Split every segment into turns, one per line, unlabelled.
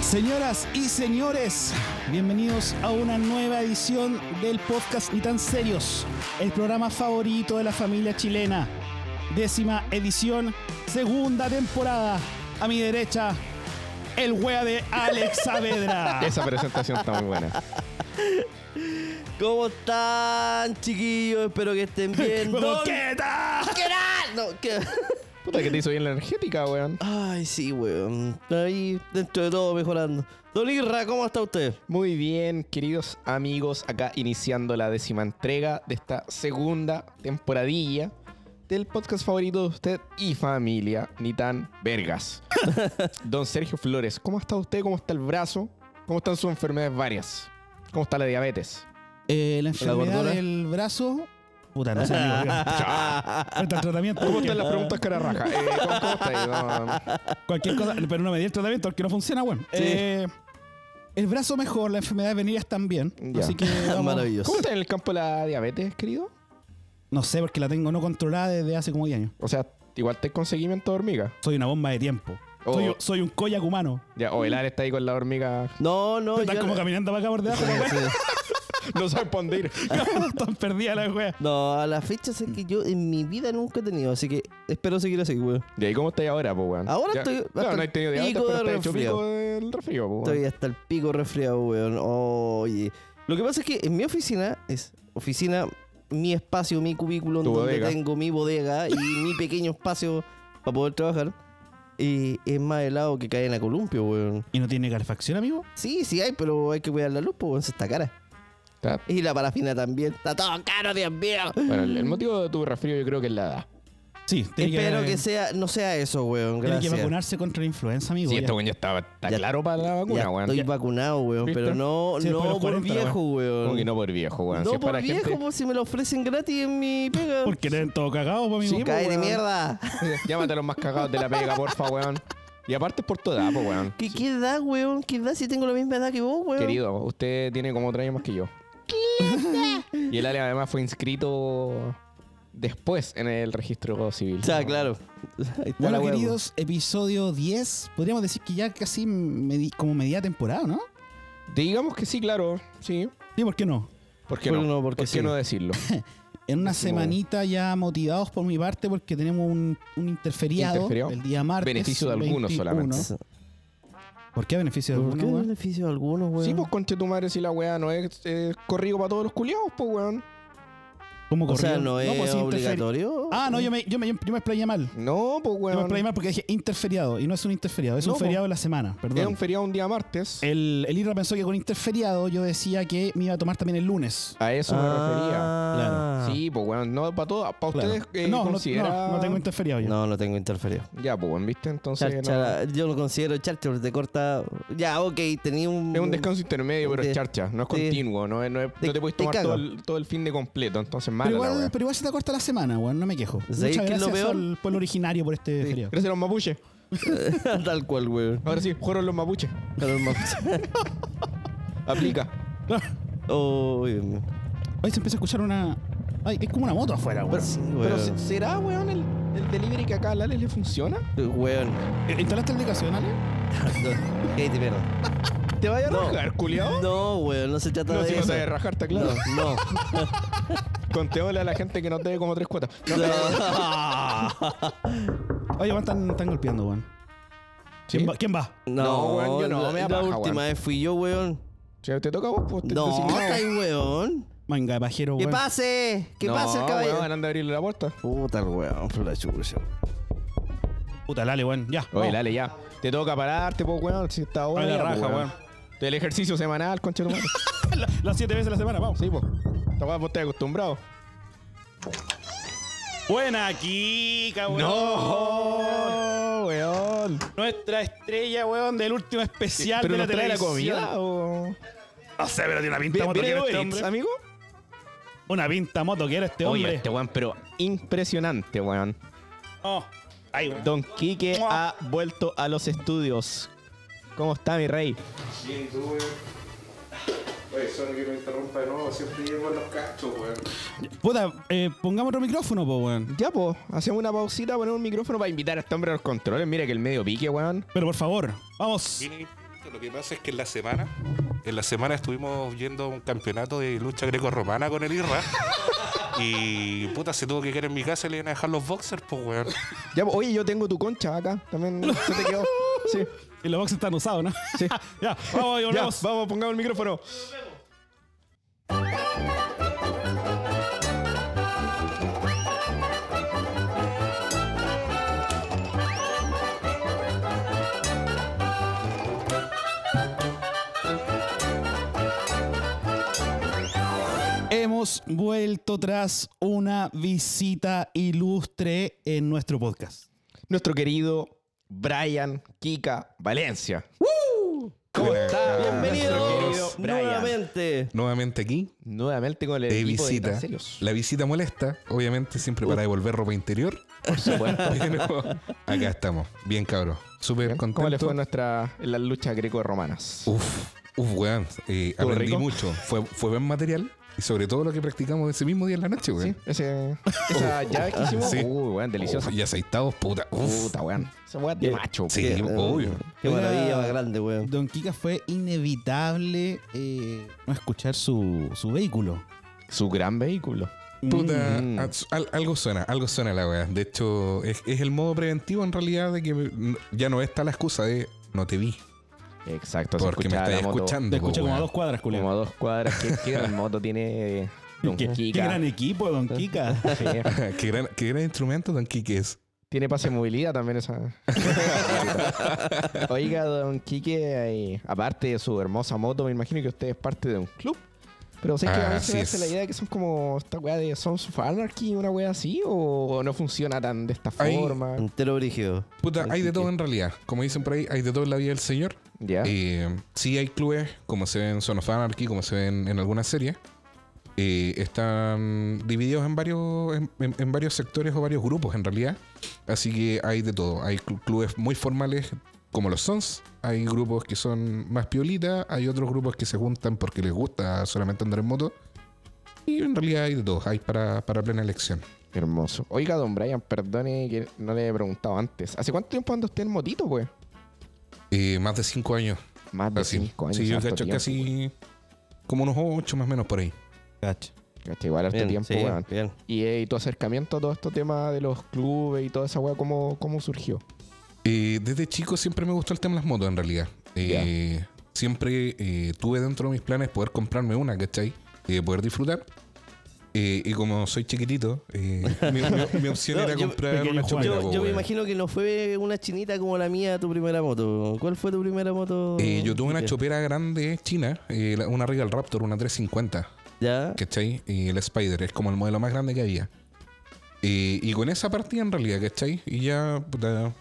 Señoras y señores, bienvenidos a una nueva edición del podcast Ni tan serios, el programa favorito de la familia chilena. Décima edición, segunda temporada. A mi derecha, el wea de Alex Saavedra.
Esa presentación está muy buena.
¿Cómo están, chiquillos? Espero que estén bien. Don-
¡Boqueta!
¿Qué tal? No, ¿qué?
Puta que te hizo bien la energética, weón.
Ay, sí, weón. Ahí, dentro de todo, mejorando. Don Irra, ¿cómo está usted?
Muy bien, queridos amigos, acá iniciando la décima entrega de esta segunda temporadilla del podcast favorito de usted y familia, ni tan vergas. Don Sergio Flores, ¿cómo está usted? ¿Cómo está el brazo? ¿Cómo están sus enfermedades varias? ¿Cómo está la diabetes?
Eh, la enfermedad
gordura?
del brazo. Puta, no sé, amigo. diga. Falta el tratamiento.
¿Cómo están las preguntas cara raja? Eh, ¿Cómo, cómo está ahí? No, no.
Cualquier cosa, pero no me di el tratamiento porque no funciona, weón. Eh, el brazo mejor, la enfermedad de venillas también.
Ya.
Así que. vamos-
Maravilloso.
¿Cómo está en el campo de la diabetes, querido?
No sé, porque la tengo no controlada desde hace como 10 años.
O sea, igual te conseguimiento de hormiga.
Soy una bomba de tiempo.
Oh.
Soy, soy un koyak humano.
Ya, o el Ale está ahí con la hormiga.
No, no,
Están
Oh, yo-
como caminando para acá por debajo.
Sí, sí.
No sabe pa' dónde ir.
Están perdidas las weas.
No, a la fecha sé que yo en mi vida nunca he tenido, así que espero seguir así, weón.
¿Y ahí cómo estáis ahora, po, weón?
Ahora
Ya-
estoy hasta
No, no
el
hay tenido de
pico
pero
de
está hecho pico
resfriado.
del resfrío, po, weón.
Estoy hasta el pico resfriado, weón. Oye. Lo que pasa es que en mi oficina, es oficina, mi espacio, mi cubículo,
Tu
donde
bodega.
tengo mi bodega y mi pequeño espacio para poder trabajar, eh, es más helado que cadena columpio, weón.
¿Y no tiene calefacción, amigo?
Sí, sí hay, pero hay que cuidar la luz, pues, weón, se está cara.
Está-
Y la parafina también, está todo caro, Dios mío.
Bueno, el el motivo de tu resfrío yo creo que es la edad.
Sí, tiene
Espero que, sea, no sea eso, weón.
Tiene que
Gracias.
vacunarse contra la influenza, amigo.
Sí,
ya.
este weón ya está, está
Ya-
claro para la
Ya
vacuna, weón.
estoy
Ya-
vacunado, weón,
¿Viste?
pero no,
Sí, después
no
de los
por
40,
viejo, weón.
Como que no por viejo, weón.
No,
Si es
por
para
viejo,
gente-
po, si me lo ofrecen gratis en mi pega.
Porque te ven todo cagado, po, amigo.
Sí, po,
Cae de
weón.
mierda.
Llámate a los más cagados de la pega, porfa, weón. Y aparte es por tu edad, po, weón.
¿Qué, ¿Qué edad, weón? ¿Qué edad si tengo la misma edad que vos, weón?
Querido, usted tiene como tres años más que yo. y el Ale además fue inscrito después en el registro civil.
O sea, claro. Ahí está la
Bueno,
weá,
queridos, episodio 10. Podríamos decir que ya casi medi- como media temporada, ¿no?
Digamos que sí, claro, sí.
Sí, ¿por qué Pues no?
¿Por qué
Bueno,
no?
no, porque
¿Por qué
sí.
no decirlo?
En una
Décimo.
semanita ya motivados por mi parte porque tenemos un, un interferiado
Interferiado.
el día martes.
Beneficio de algunos
21.
solamente.
weón.
¿Por qué beneficio de
¿Por qué
algunos? weón?
beneficio algunos, weón?
Sí, pues conche tu madre si la weá no es eh, corrido para todos los culiados, pues weón.
¿Cómo
o sea,
corrió?
no es
pues, sí, interfer-
obligatorio.
Ah, no, yo me, yo, me, yo me explayé mal.
No, pues
Yo me
weón.
explayé mal porque dije interferiado y no es un interferiado, es
No,
un
po.
feriado de la semana,
Era
perdón. Eh,
un feriado un día martes.
El, el IRA pensó que con interferiado yo decía que me iba a tomar también el lunes.
A eso
Ah.
me refería. Sí, pues weón. No, para todos. Para
Claro.
ustedes eh,
no, no,
considera-
no, no tengo interferiado yo.
No, no tengo interferido.
Ya, pues weón, ¿viste? Entonces. no-
Yo lo considero charcha, porque te corta. Ya, ok, tenía un.
Es un descanso intermedio, pero
Te-
es charcha. No es
te-
continuo. No, es- no es- no te puedes
te
tomar
caga.
todo el, todo el fin de completo. Entonces,
Pero
mala la
igual,
weá.
pero igual se te acorta la semana, weón, no me quejo. Muchas
¿Sabéis qué es
gracias
lo peor?
al pueblo originario por este
Sí.
feriado.
Gracias a los mapuches.
Tal cual, weón.
Ahora sí, fueron los mapuches.
Pero el mapa-
Aplica.
Oh, Dios mío.
Hoy se empieza a escuchar una. Ay, es como una moto afuera, weón.
Pero,
Sí, weón.
pero ¿se- ¿será, weón, el, el delivery que acá a Lales le funciona?
Weón.
¿Instalaste el dedicación, Ale?
No, ok, te pierdo.
¿Te vaya a
No.
rogar, culiao?
No, weón, no se trata
No,
de
si no
eso.
te vayas a rajar, está claro.
No, no.
Conteole a la gente que nos debe como tres cuotas. No,
Oye, van están, están golpeando, weón.
¿Sí?
¿Quién va? ¿Quién va?
No,
No, weón, yo no,
la-
me da
La
paja,
última
weón.
vez fui yo, weón.
Si te toca a vos, pues te
No,
designado.
está ahí, weón.
Manga de pajero,
¡Que
weón.
pase! ¡Que pase el
No,
caballero!
weón, anda a abrirle la puerta.
Puta el weón, por la chucha.
Puta, dale, weón. Ya.
Oye,
vamos.
dale, ya. Te toca pararte, pues, weón. Si está ahora.
Ay, la
ya, pues,
raja, weón.
Del ejercicio semanal, concha de tu madre.
La- Las siete veces a la semana, vamos.
Sí, pues. Esta weá vos estás acostumbrado.
Buena, Kika, weón.
¡No! Weón.
Nuestra estrella, weón, del último especial
¿Pero
de la
nos trae la
televisión.
comida o...?
No sé, pero tiene una pinta
¿Viene
motoquera este
Uber
hombre.
Eats, amigo?
Una pinta motoquera este
Oye,
hombre.
este weón, pero impresionante, weón.
No. Ay, Oh. weón.
Don Quique ha vuelto a los estudios. ¿Cómo está, mi rey?
Bien, tú, weón. Oye, solo que me interrumpa de nuevo, siempre llevo los cachos, weón.
Puta, eh, pongamos otro micrófono, po, weón.
Ya, po, hacemos una pausita, ponemos un micrófono para invitar a este hombre a los controles. Mira que el medio pique, weón.
Pero por favor, vamos.
Lo que pasa es que en la semana, en la semana estuvimos yendo a un campeonato de lucha greco-romana con el Irra. Y puta, se tuvo que quedar en mi casa y le iban a dejar los boxers, pues weón.
Ya, pues, oye, yo tengo tu concha acá. También se te quedó. Sí.
Y los boxes están usados, ¿no? Sí. ya, vamos y
Ya,
volvemos.
vamos, pongamos el micrófono.
Hemos vuelto tras una visita ilustre en nuestro podcast.
Nuestro querido Brian Kika Valencia. ¿Cómo
Buenas.
está?
Bienvenido
Nuestro querido Brian.
nuevamente.
Nuevamente aquí,
Nuevamente con el
de
equipo de
visita.
Tarcelios.
La visita molesta, obviamente, siempre para devolver ropa interior.
Por supuesto.
Pero acá estamos. Bien, cabrón. Súper contento. Uh.
¿Cómo le fue en nuestra, en las luchas greco-romanas?
Uf, uf, weón. Eh,
¿Estuvo
aprendí
rico?
mucho. Fue, fue buen material. Y sobre todo lo que practicamos ese mismo día en la noche,
Sí,
weón.
ese, esa llave que hicimos.
Uh. Sí.
Uy, weón, deliciosa.
Uf, y aceitados, puta. Uf.
Puta, weón. Esa weá de
Bien.
macho.
Sí,
eh,
obvio.
Qué maravilla
Era-
más grande, weón.
Don Kika fue inevitable eh, no escuchar su, su vehículo.
Su gran vehículo.
Puta,
Mm.
al- algo suena, algo suena la weá. De hecho, es, es el modo preventivo en realidad de que me- ya no está la excusa de no te vi.
Exacto. se
porque me
escuchaba
estás
la moto
escuchando.
Te
po,
escuché como a
weón.
dos cuadras,
Como a
culiao.
dos cuadras. ¿Qué, qué gran moto tiene eh, Don
¿Qué, qué
Kika?
gran equipo, Don Kika.
Sí.
qué, gran, qué gran instrumento, Don Quique es.
Tiene pase de movilidad también esa. Oiga, don Quique, eh, aparte de su hermosa moto, me imagino que usted es parte de un club. Pero sé que a
Ah,
mí se
así
me hace
es.
la idea de que son como esta weá de Sons of Anarchy, una weá así, o no funciona tan de esta
Ahí-
forma.
Entero brígido.
Puta,
Don
hay de
Quique.
todo en realidad. Como dicen por ahí, hay de todo en la vida del señor.
Ya.
Eh, sí hay clubes, como se ven en Son of Anarchy, como se ven en algunas series. eh, están divididos en varios, en, en- en varios sectores o varios grupos en realidad. Así que hay de todo. Hay cl- clubes muy formales como los Sons. Hay grupos que son más piolitas. Hay otros grupos que se juntan porque les gusta solamente andar en moto. Y en realidad hay de todo. Hay para, para plena elección.
Hermoso. Oiga, don Brian, perdone que no le he preguntado antes. ¿Hace cuánto tiempo anda usted en motito, pues?
Eh, más de cinco años.
Más de
Así.
cinco años.
Sí, yo
harto
cacho
tiempo.
casi como unos ocho más o menos por ahí.
Cacha.
Cacho, igual harto
Bien,
tiempo,
sí,
weón.
bien.
Y, eh, y tu acercamiento a todo este tema de los clubes y toda esa weá, ¿cómo, cómo surgió?
Eh, desde chico siempre me gustó el tema de las motos, en realidad. Eh, Siempre eh, tuve dentro de mis planes poder comprarme una, ¿cachai? Y poder disfrutar. Eh, y como soy chiquitito, eh, mi, mi- mi opción
No,
era
yo-
comprar
pequeño
una
Juan.
chupeta.
Mira,
Yo,
po,
yo me
weón.
imagino que no fue una chinita como la mía tu primera moto. ¿Cuál fue tu primera moto?
Eh, yo tuve una
Quique?
chopera grande china, eh, la- una Regal Raptor, una 350,
¿Ya?
¿cachai? Y el Spider, es como el modelo más grande que había. Eh, y con esa partida en realidad, ¿cachai? Y ya puta,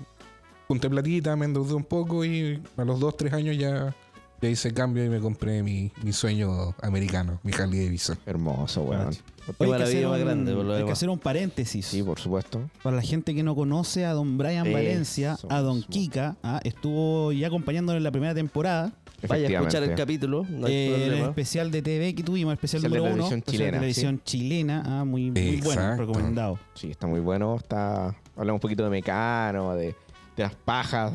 junté platita, me endeudé un poco y a los 2, 3 años ya, ya hice cambio y me compré mi, mi sueño americano, mi Harley Davidson.
Hermoso, weón.
Cacho.
Qué
Oye, hay que
maravilla
hacer
más
un-
grande, por lo
Hay que
demás.
hacer un paréntesis.
Sí, por supuesto.
Para la gente que no conoce a don Brian
Eso
Valencia, a don
mismo.
Kika, ah, estuvo ya acompañándonos en la primera temporada.
Vaya a escuchar el
Efectivamente.
capítulo. No hay
eh, en el
problema.
especial de TV que tuvimos, el especial
Especial de
número uno.
televisión
especial de
chilena,
televisión chilena, ah, muy, muy bueno,
Exacto.
recomendado.
Sí, está muy bueno. Está... Hablamos un poquito de Mecano, de, de las pajas.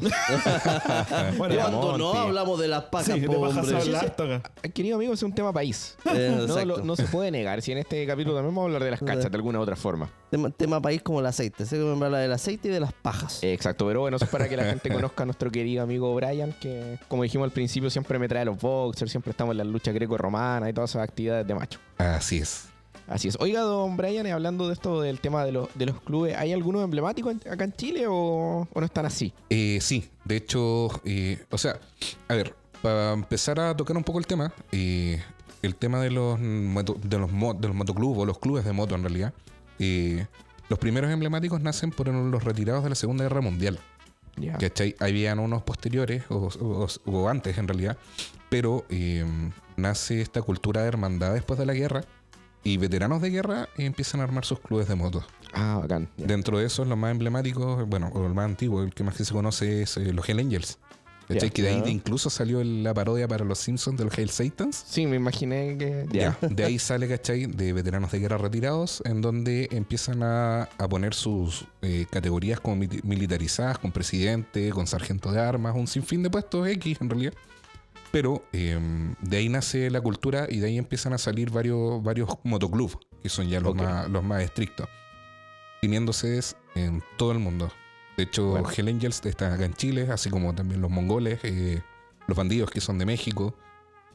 Bueno,
de
Cuando no
Monty.
hablamos de las pajas,
sí, te
po,
bajas a
hombre.
hablar, toca.
Querido amigo, es un tema país.
Eh,
No,
exacto.
lo- no se puede negar. Si en este capítulo también vamos a hablar de las cachas de alguna u otra forma.
Tema, tema país como el aceite. Sé que me habla del aceite y de las pajas.
Exacto, pero bueno, eso es para que la gente conozca a nuestro querido amigo Brian, que como dijimos al principio, siempre me trae los boxers, siempre estamos en las luchas greco-romanas y todas esas actividades de macho.
Así es.
Así es. Oiga, don Brian, y hablando de esto del tema de, los de los clubes, ¿hay alguno emblemático en- acá en Chile o, o no están así?
Eh, sí, de hecho, eh, o sea, a ver, para empezar a tocar un poco el tema, eh, el tema de los, moto- de los, mo- de los motoclubes o los clubes de moto en realidad, eh, los primeros emblemáticos nacen por los retirados de la Segunda Guerra Mundial.
Ya.
¿Cachai? Habían unos posteriores o, o- o antes en realidad, pero eh, nace esta cultura de hermandad después de la guerra y veteranos de guerra eh, empiezan a armar sus clubes de motos.
Ah, bacán. ya.
Dentro de esos, los más emblemáticos, bueno, o el más antiguo, el que más que se conoce es eh, los Hell Angels. ¿Cachai?
Ya.
que de ahí
Ya.
de incluso salió el- la parodia para los Simpsons de los Hell Satans.
Sí, me imaginé que. Ya.
Ya, De ahí sale, ¿cachai? De veteranos de guerra retirados, en donde empiezan a, a poner sus eh, categorías como mili- militarizadas, con presidente, con sargento de armas, un sinfín de puestos X en realidad. Pero eh, de ahí nace la cultura y de ahí empiezan a salir varios, varios motoclubs, que son ya los,
Ok.
más, los más estrictos, teniendo sedes en todo el mundo. De hecho,
Bueno.
Hell Angels está acá en Chile, así como también los mongoles, eh, los bandidos que son de México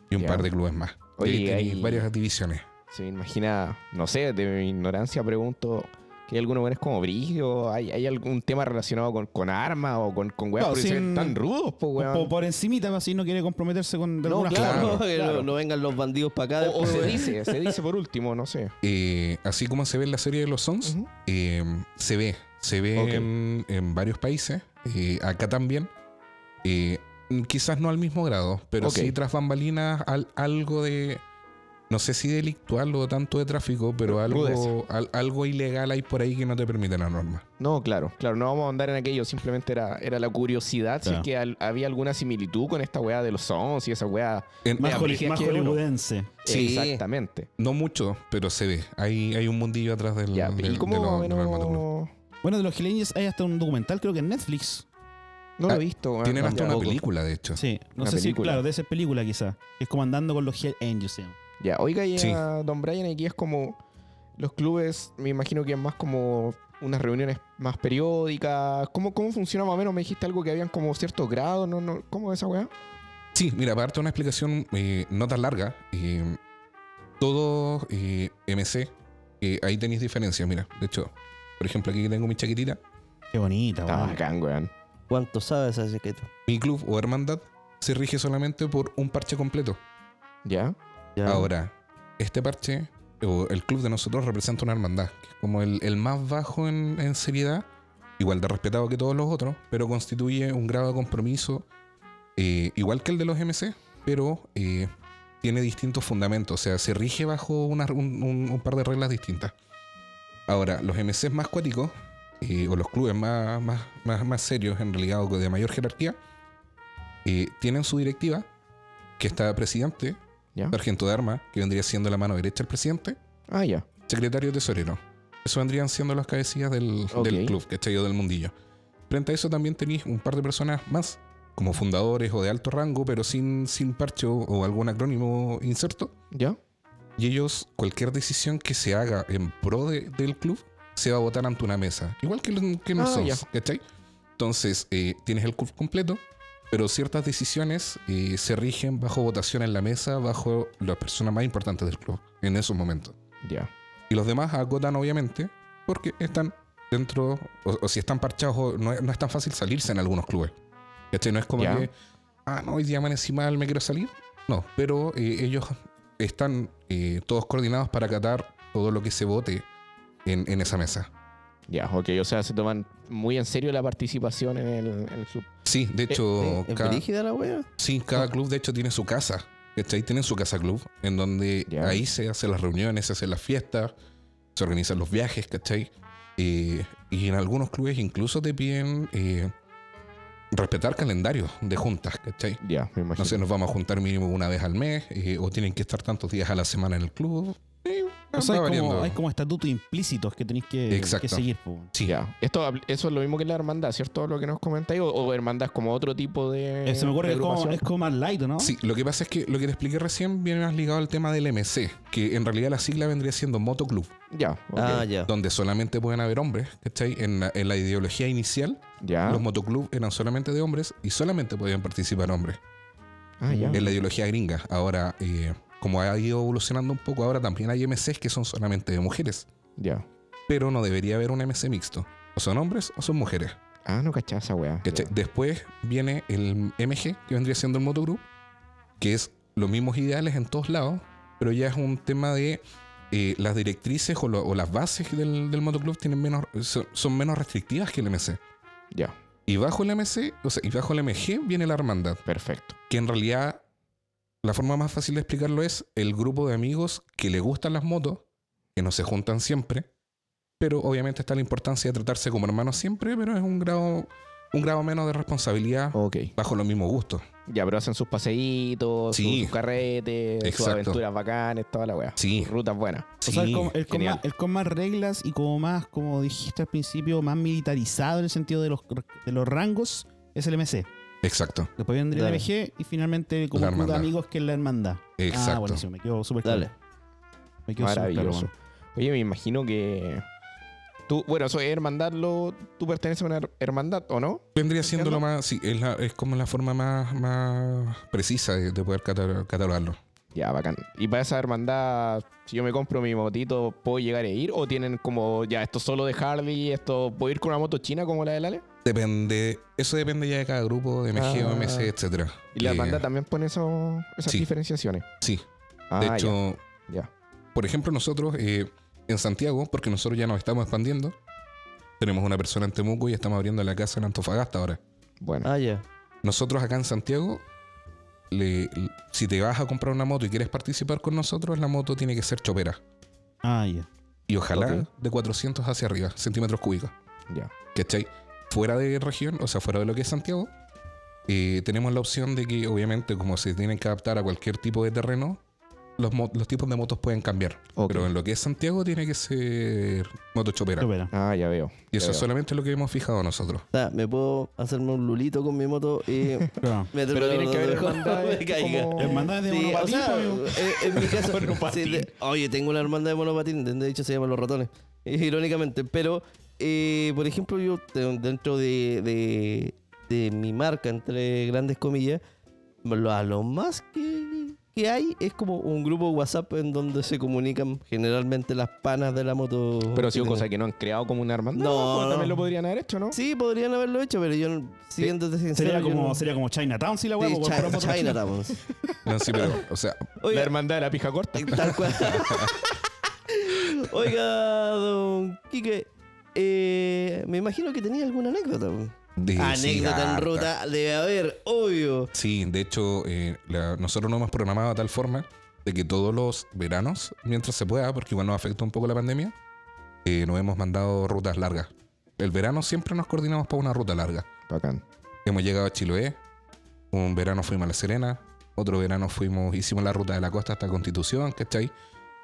y un
Ya.
par de clubes más. Y
Oye,
ahí tenéis
hay-
varias divisiones.
Se me imagina, no sé, de mi ignorancia pregunto que hay algunos buenos como brillo, hay, hay algún tema relacionado con, con armas o con, con weas
Claro,
porque se ven
sin-
tan rudos, pues weón.
Po- por encimita, así no quiere comprometerse con de
No,
alguna
claro,
forma.
que
claro.
No, no vengan los bandidos para acá.
o, o
después,
se
weón.
dice, se dice por último, no sé.
Eh, así como se ve en la serie de los Sons,
Ujú.
eh, se ve, se ve
Ok.
en, en varios países, eh, acá también, Eh, quizás no al mismo grado, pero
Ok.
sí tras bambalinas al- algo de, no sé si delictual o tanto de tráfico, pero algo,
Rudeza.
al- algo ilegal hay por ahí que no te permite la norma.
No, claro, claro, no vamos a andar en aquello, simplemente era, era la curiosidad si
Claro.
es que al- había alguna similitud con esta wea de los sons y esa wea.
En- em,
Más,
Mira,
holi-
brígida
más
que uno.
hollywoodense.
Sí.
Exactamente.
no mucho, pero se ve, hay, hay un mundillo atrás del...
Ya,
del-
¿Y cómo
Mm, de
más
lo-
o
de lo del motoclub.
menos?
Bueno, de los Hell Angels hay hasta un documental, creo que en Netflix.
No lo
Ah,
he visto. weón.
Tienen
No,
hasta
ya.
una
tampoco.
película, de hecho.
Sí, no
Una
sé si,
película.
claro, de esa película quizá. Es como andando con los Hell Angels. se llama.
Ya, oiga, y a
Sí.
Don Brian aquí es como los clubes, me imagino que es más como unas reuniones más periódicas. ¿Cómo, cómo funciona más o menos? Me dijiste algo que habían como ciertos grados, ¿no? no ¿Cómo es esa weá?
Sí, mira, para darte una explicación eh, no tan larga, eh, todo eh, MC, eh, ahí tenéis diferencias, mira. De hecho, por ejemplo, aquí tengo mi chaquetita.
Qué bonita,
Ah,
weón.
bacán, weón.
¿Cuánto sabes esa chaqueta?
Mi club o hermandad se rige solamente por un parche completo.
¿Ya?
Ya.
Ahora, este parche, o el club de nosotros representa una hermandad, que es como el, el más bajo en, en seriedad, igual de respetado que todos los otros, pero constituye un grado de compromiso eh, igual que el de los MC, pero eh, tiene distintos fundamentos, o sea, se rige bajo una- un, un- un par de reglas distintas. Ahora, los MC más cuáticos, eh, o los clubes más, más, más, más serios en realidad, o de mayor jerarquía, eh, tienen su directiva, que está presidente,
¿Ya?
sargento de armas, que vendría siendo la mano derecha del presidente,
Ah, ya.
secretario tesorero. Eso vendrían siendo las cabecillas del,
Ok.
del club, ¿cachai? O del mundillo. Frente a eso también tenéis un par de personas más, como fundadores o de alto rango, pero sin, sin parche o, o algún acrónimo inserto.
¿Ya?
Y ellos, cualquier decisión que se haga en pro de- del club, se va a votar ante una mesa. Igual que, lo- que en los
Ah,
Sons,
ya.
¿cachai? Entonces, eh, tienes el club completo, pero ciertas decisiones eh, se rigen bajo votación en la mesa, bajo las personas más importantes del club en esos momentos.
Ya.
Y los demás agotan, obviamente, porque están dentro, o, o si están parchados, o no, es, no es tan fácil salirse en algunos clubes. ¿Cachai? No es como
Ya.
que, ah, no, hoy día amanecí mal, me quiero salir. No, pero eh, ellos están eh, todos coordinados para acatar todo lo que se vote en, en esa mesa.
Ya, ok. O sea, se toman muy en serio la participación en el, en el club.
Sí, de hecho,
¿Eh? ¿Es
cada,
brígida la wea?
sí, cada club de hecho tiene su casa. ¿Cachai? Tienen su casa club, en donde
Ya.
ahí se hacen las reuniones, se hacen las fiestas, se organizan los viajes, ¿cachai? Eh, y en algunos clubes incluso te piden eh, respetar calendarios de juntas, ¿cachai?
Ya, me imagino.
No sé, nos vamos a juntar mínimo una vez al mes, eh, o tienen que estar tantos días a la semana en el club. Eh,
O sea,
va
hay, como,
variando.
hay como estatutos implícitos que tenéis que,
Exacto.
que seguir. po, weón.
Sí.
Ya. Esto, eso es lo mismo que la hermandad, ¿cierto? Lo que nos comentáis. O, o hermandad es como otro tipo de.
Eh, se me ocurre que es como,
agrupación.
es como más light, ¿no?
Sí, lo que pasa es que lo que te expliqué recién viene más ligado al tema del MC, que en realidad la sigla vendría siendo Motoclub.
Ya, ok.
Ah, ya.
donde solamente pueden haber hombres, ¿cachai? En la, en la ideología inicial,
ya.
los motoclubs eran solamente de hombres y solamente podían participar hombres.
Ah, ya.
En la ideología gringa. Ahora, eh, como ha ido evolucionando un poco, ahora también hay MCs que son solamente de mujeres.
Ya.
Pero no debería haber un MC mixto. O son hombres o son mujeres.
Ah, no cachaba esa weá.
¿cachai? Después viene el MG, que vendría siendo el motogroup, que es los mismos ideales en todos lados, pero ya es un tema de eh, las directrices o, lo- o las bases del, del motoclub tienen menos, son, son menos restrictivas que el MC.
Ya,
Y bajo el MC, o sea, y bajo el MG viene la hermandad,
perfecto.
que en realidad la forma más fácil de explicarlo es el grupo de amigos que le gustan las motos, que no se juntan siempre, pero obviamente está la importancia de tratarse como hermanos siempre, pero es un grado, un grado menos de responsabilidad
Ok.
bajo los mismos gustos.
Ya, pero hacen sus paseitos,
Sí.
sus, sus carretes, sus
Exacto.
aventuras bacanes, toda la weá.
Sí.
Rutas buenas.
O sea, el con, el con
genial.
más, el con más reglas y como más, como dijiste al principio, más militarizado en el sentido de los, de los rangos, es el MC.
Exacto.
Después vendría
Dale.
la MG y finalmente como
La
club de
hermandad.
amigos que es la hermandad. Ah,
Exacto.
bueno, sí, me quedo súper claro.
Dale.
Me quedo súper claro.
Maravilloso. Oye, me imagino que. Tú, bueno, soy hermandad, lo, tú perteneces a una her- hermandad, ¿o no?
Vendría siendo
¿Entiendo?
lo más. Sí, es, la- es como la forma más, más precisa de, de poder cata- catalogarlo.
Ya, bacán. Y para esa hermandad, si yo me compro mi motito, ¿puedo llegar a ir? ¿O tienen como, ya, esto solo de Harley, esto, ¿puedo ir con una moto china como la de Lale?
Depende. Eso depende ya de cada grupo, de MG,
Ah.
OMS, etc.
Y la hermandad también pone eso- esas
Eh, sí.
diferenciaciones.
Sí.
Ah,
De
ya,
hecho,
ya.
por ejemplo, nosotros eh, en Santiago, porque nosotros ya nos estamos expandiendo, tenemos una persona en Temuco y estamos abriendo la casa en Antofagasta ahora.
Bueno,
Ah, ya.
Nosotros acá en Santiago, le- l- si te vas a comprar una moto y quieres participar con nosotros, la moto tiene que ser chopera.
Ah, ya.
Y ojalá
Ok.
de 400 hacia arriba, centímetros cúbicos.
ya.
¿Cachai? Fuera de región, o sea, fuera de lo que es Santiago, eh, tenemos la opción de que, obviamente, como se tienen que adaptar a cualquier tipo de terreno, los, mo- los tipos de motos pueden cambiar.
Ok.
Pero en lo que es Santiago tiene que ser moto chopera.
Supera.
Ah, ya veo.
Y eso
ya
es
veo.
solamente lo que hemos fijado nosotros.
O sea, me puedo hacerme un lulito con mi moto y.
Claro.
Me
Pero tiene que haber
no
hermandades
me caiga.
como-
Hermandad de
Sí, o
monopatín,
sea,
amigo.
eh, en mi caso, sí, de- oye, tengo una hermandad de monopatín, de hecho se llaman los ratones, irónicamente, pero eh, por ejemplo yo te- dentro de, de, de mi marca, entre grandes comillas, lo- a lo más que, que hay es como un grupo WhatsApp en donde se comunican generalmente las panas de la moto.
Pero ha sido
que
cosa
tienen.
que no han creado como una hermandad.
No,
pues, También
no.
lo podrían haber hecho, ¿no?
Sí, podrían haberlo hecho, pero yo, no- siéndote sincero,
Sería
yo
como,
no-
sería como Chinatown si la pues, huevo.
Sí,
por-
Chi-
por- por-
Chinatown.
No, sí, pero, o sea,
Oye,
La hermandad de la pija corta.
Tal cual. Oiga, don Quique, eh, me imagino que tenía alguna anécdota. po.
de- sí,
Anécdota en
harta.
ruta debe haber, obvio.
Sí, de hecho, eh, la- nosotros no hemos programado de tal forma de que todos los veranos, mientras se pueda, porque igual nos afecta un poco la pandemia, eh, nos hemos mandado rutas largas. El verano siempre nos coordinamos para una ruta larga.
Bacán.
Hemos llegado a Chiloé, un verano fuimos a La Serena, otro verano fuimos, hicimos la ruta de la costa hasta Constitución, ¿cachai?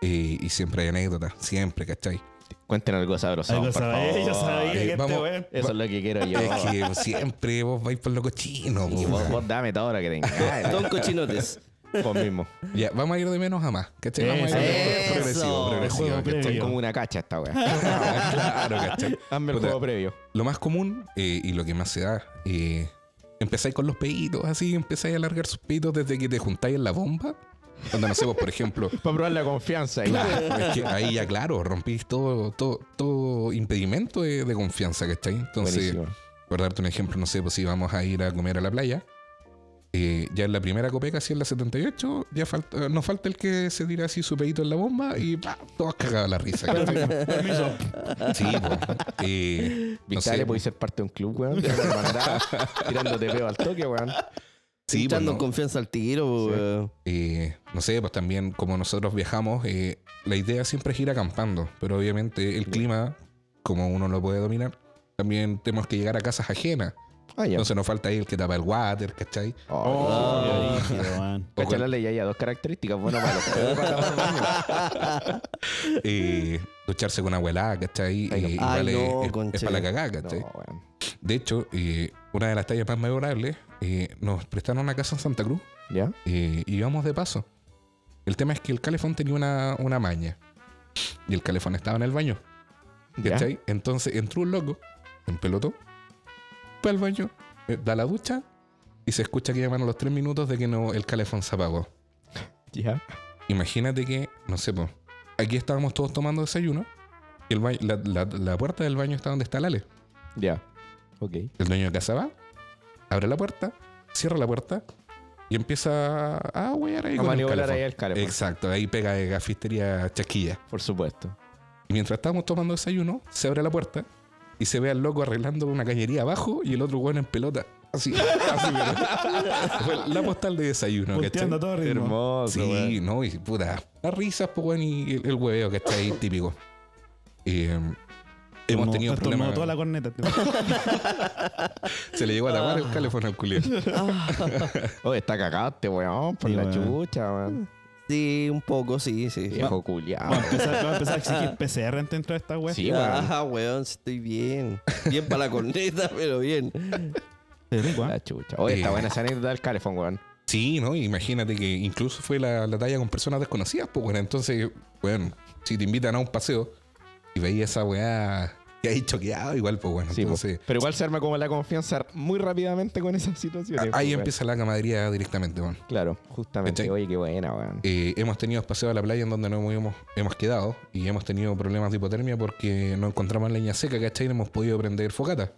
Eh, y siempre hay anécdotas, siempre, ¿cachai?
Cuenten algo sabroso.
Algo
por
sabía,
favor.
yo sabía
Eh,
que este
vamos.
weón.
Eso es lo que quiero yo.
Es que siempre vos vais por lo cochino.
Y
po.
vos, vos dame toda hora que
Don
tengas.
Cochinotes.
vos mismo.
Ya, vamos a ir de menos a más, ¿cachai? Vamos
Eso,
a ir de
eso.
progresivo, progresivo,
Juego
¿cachai?
Soy
Previo.
como una cacha esta weá.
claro, ¿cachai?
Hazme el
Puta.
juego previo.
Lo más común eh, y lo que más se da, eh, empezáis con los peditos, así, empezáis a alargar sus peditos desde que te juntáis en la bomba. Donde no sé, vos, por ejemplo,
Para probar la confianza. ahí.
claro, es que ahí ya, claro, rompís todo, todo, todo impedimento de, de confianza, ¿cachai? Entonces,
Buenísimo.
por darte un ejemplo, no sé, pues si vamos a ir a comer a la playa, eh, ya en la primera copeca, si en la 78, ya falta, nos falta el que se tira así su pedito en la bomba y pa, todos cagados la risa. ¿cachai?
Permiso.
sí, pues, eh, no
Vitale,
sé,
podéis ser parte de un club, weón. de una hermandad, tirándote peo al toque, weón.
sí, pues,
echando
no.
confianza al tiro. po,
Sí.
weón.
Eh, no sé, pues también como nosotros viajamos, eh, la idea siempre es ir acampando, pero obviamente el clima, como uno lo puede dominar, también tenemos que llegar a casas ajenas.
Ah, ya.
Entonces nos falta ahí el que tapa el water, ¿cachai?
Oh,
Qué
ya.
brígido, weón.
O
Cacha
cual-
la ley, ya, ya, dos características. Bueno, para los peores, para los malos.
eh, ducharse con abuela, ¿cachai?
Ay, no.
Eh,
Ay,
igual es-
no,
es- es,
conche.
para la cagada,
No,
¿cachai?
weón.
De hecho, eh, una de las tallas más memorables, eh, nos prestaron una casa en Santa Cruz
¿Ya?
eh, y íbamos de paso. El tema es que el calefón tenía una, una maña y el calefón estaba en el baño.
¿Ya?
¿Cachai? Entonces entró un loco, en pelotón, fue al baño, eh, da la ducha y se escucha que llaman a los tres minutos de que no, el calefón se apagó.
¿Ya?
Imagínate que, no sé, po, aquí estábamos todos tomando desayuno y el ba- la, la- la puerta del baño está donde está Lale.
Ya. Ok.
El dueño de casa va, abre la puerta, cierra la puerta y empieza a huear ahí
A
con el
maniobrar
calefón.
ahí el calefón.
Exacto, ahí pega de gafistería chasquilla.
Por supuesto.
Y mientras estábamos tomando desayuno, se abre la puerta y se ve al loco arreglando una cañería abajo y el otro bueno en pelota. Así, así, pero- Fue la postal de desayuno,
Volteando a
¿cachai?
todo ritmo.
Hermoso,
Sí,
weón.
no, y puta, las risas, pues, weón, y el, el hueveo que está ahí típico. Eh, hemos
Como-
tenido
te has tomado
problemas.
toda la corneta.
Se le llegó a tapar
Ah.
el calefón al culio.
Oye, está cagado este weón por
Sí,
la
weón.
chucha, weón.
Sí, un poco, sí, sí. sí.
Viejo culiado.
Va a empezar, va a empezar a exigir PCR dentro de esta weón.
Ah. Sí, weón.
Ah, weón, sí, estoy bien. Bien para la corneta, pero bien.
De lengua.
La chucha. Oye, está
Eh.
buena esa anécdota del calefón, weón.
Sí, ¿no? Imagínate que incluso fue la, la talla con personas desconocidas, pues, bueno, entonces, bueno, si te invitan a un paseo y veías esa weá que hay choqueado, igual, pues, bueno,
Sí, po.
entonces...
Pero igual se arma como la confianza muy rápidamente con esas situaciones.
a-
po,
ahí
weón.
empieza la camadería directamente, weón.
Claro, justamente.
¿Cachai?
Oye, qué buena, weón.
Eh, hemos tenido paseos a la playa en donde no hemos, hemos quedado y hemos tenido problemas de hipotermia porque no encontramos leña seca, ¿cachai? No hemos podido prender fogata.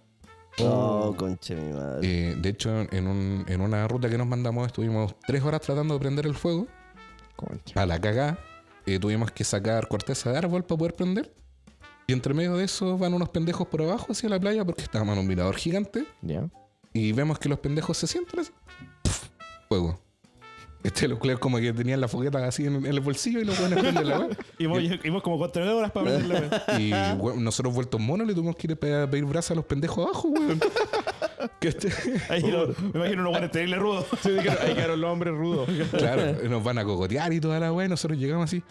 Oh, conche mi madre.
Eh, de hecho, en, un- en una ruta que nos mandamos estuvimos tres horas tratando de prender el fuego.
Concha.
A la cagá, eh, tuvimos que sacar corteza de árbol para poder prender. Y entre medio de eso van unos pendejos por abajo hacia la playa porque estábamos en un mirador gigante
Ya.
y vemos que los pendejos se sientan así. Pf, Fuego. Este los culeros como que tenían la fogueta así en, en el bolsillo y los buenos prenden la weá.
Y vos, y vos como con tres horas para aprenderlo. weón.
Y weón, nosotros vueltos monos le tuvimos que ir a pe- pedir brasa a los pendejos abajo, weón. Que este-
Ahí lo- me imagino unos buenos terribles rudos.
Ahí quedaron los hombres rudos.
claro, nos van a cocotear y toda la weá. y Nosotros llegamos así.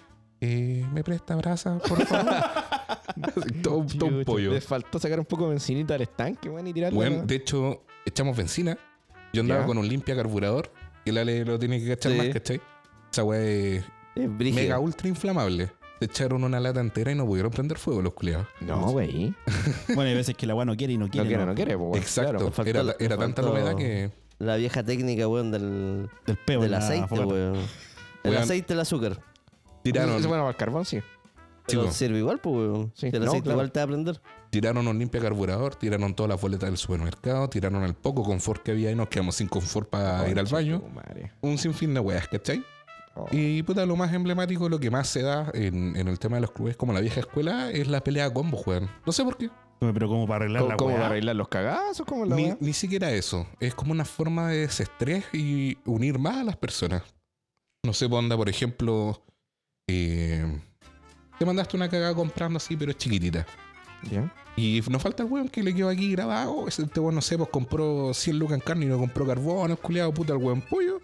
eh, ¿Me presta brasa, por favor? Así, todo, todo un pollo.
Les faltó sacar un poco de bencinita al estanque, weón, y tirarla.
Bueno,
weón.
de hecho, echamos benzina. Yo andaba
Ya.
con un limpia carburador. Que el Ale lo tiene que cachar
Sí.
más, ¿cachai? Esa weá es
Es brígido.
mega ultra inflamable. Se echaron una lata entera y no pudieron prender fuego los culiados.
No, güey.
Bueno, hay veces que la agua no quiere y no
No
quiere.
quiere, no quiere, po, weón.
Exacto.
Claro.
faltó-
era era tanta la
faltó-
humedad que.
La vieja técnica, weón, del,
Del peo. en
del
la
aceite,
fogata.
weón. El
Weón.
aceite, el azúcar.
Tiraron.
Eso, Bueno, para el carbón, sí.
Pero
po.
sirve igual, pues, weón.
Sí.
El
No,
aceite
claro.
igual te va a prender.
Tiraron un limpia carburador, tiraron todas las boletas del supermercado, tiraron el poco confort que había y nos quedamos sin confort para ir al
Concha
baño.
tu madre.
Un sinfín de weas, ¿cachai?
Oh.
Y puta, lo más emblemático, lo que más se da en, en el tema de los clubes como la vieja escuela es la pelea a combo, weón. No sé por qué.
Pero, Pero como para arreglar
¿Cómo,
la
cómo va a
weá.
arreglar los cagazos? ¿Cómo la
Ni,
weá?
ni siquiera eso. Es como una forma de desestrés y unir más a las personas. No sé, onda, por ejemplo, eh, te mandaste una cagada comprando así, pero es chiquitita.
Ya.
Y nos falta el weón que le quedó aquí grabado. Ese este weón, no sé, pues compró 100 lucas en carne y no compró carbón, culiado, puta, el weón pollo.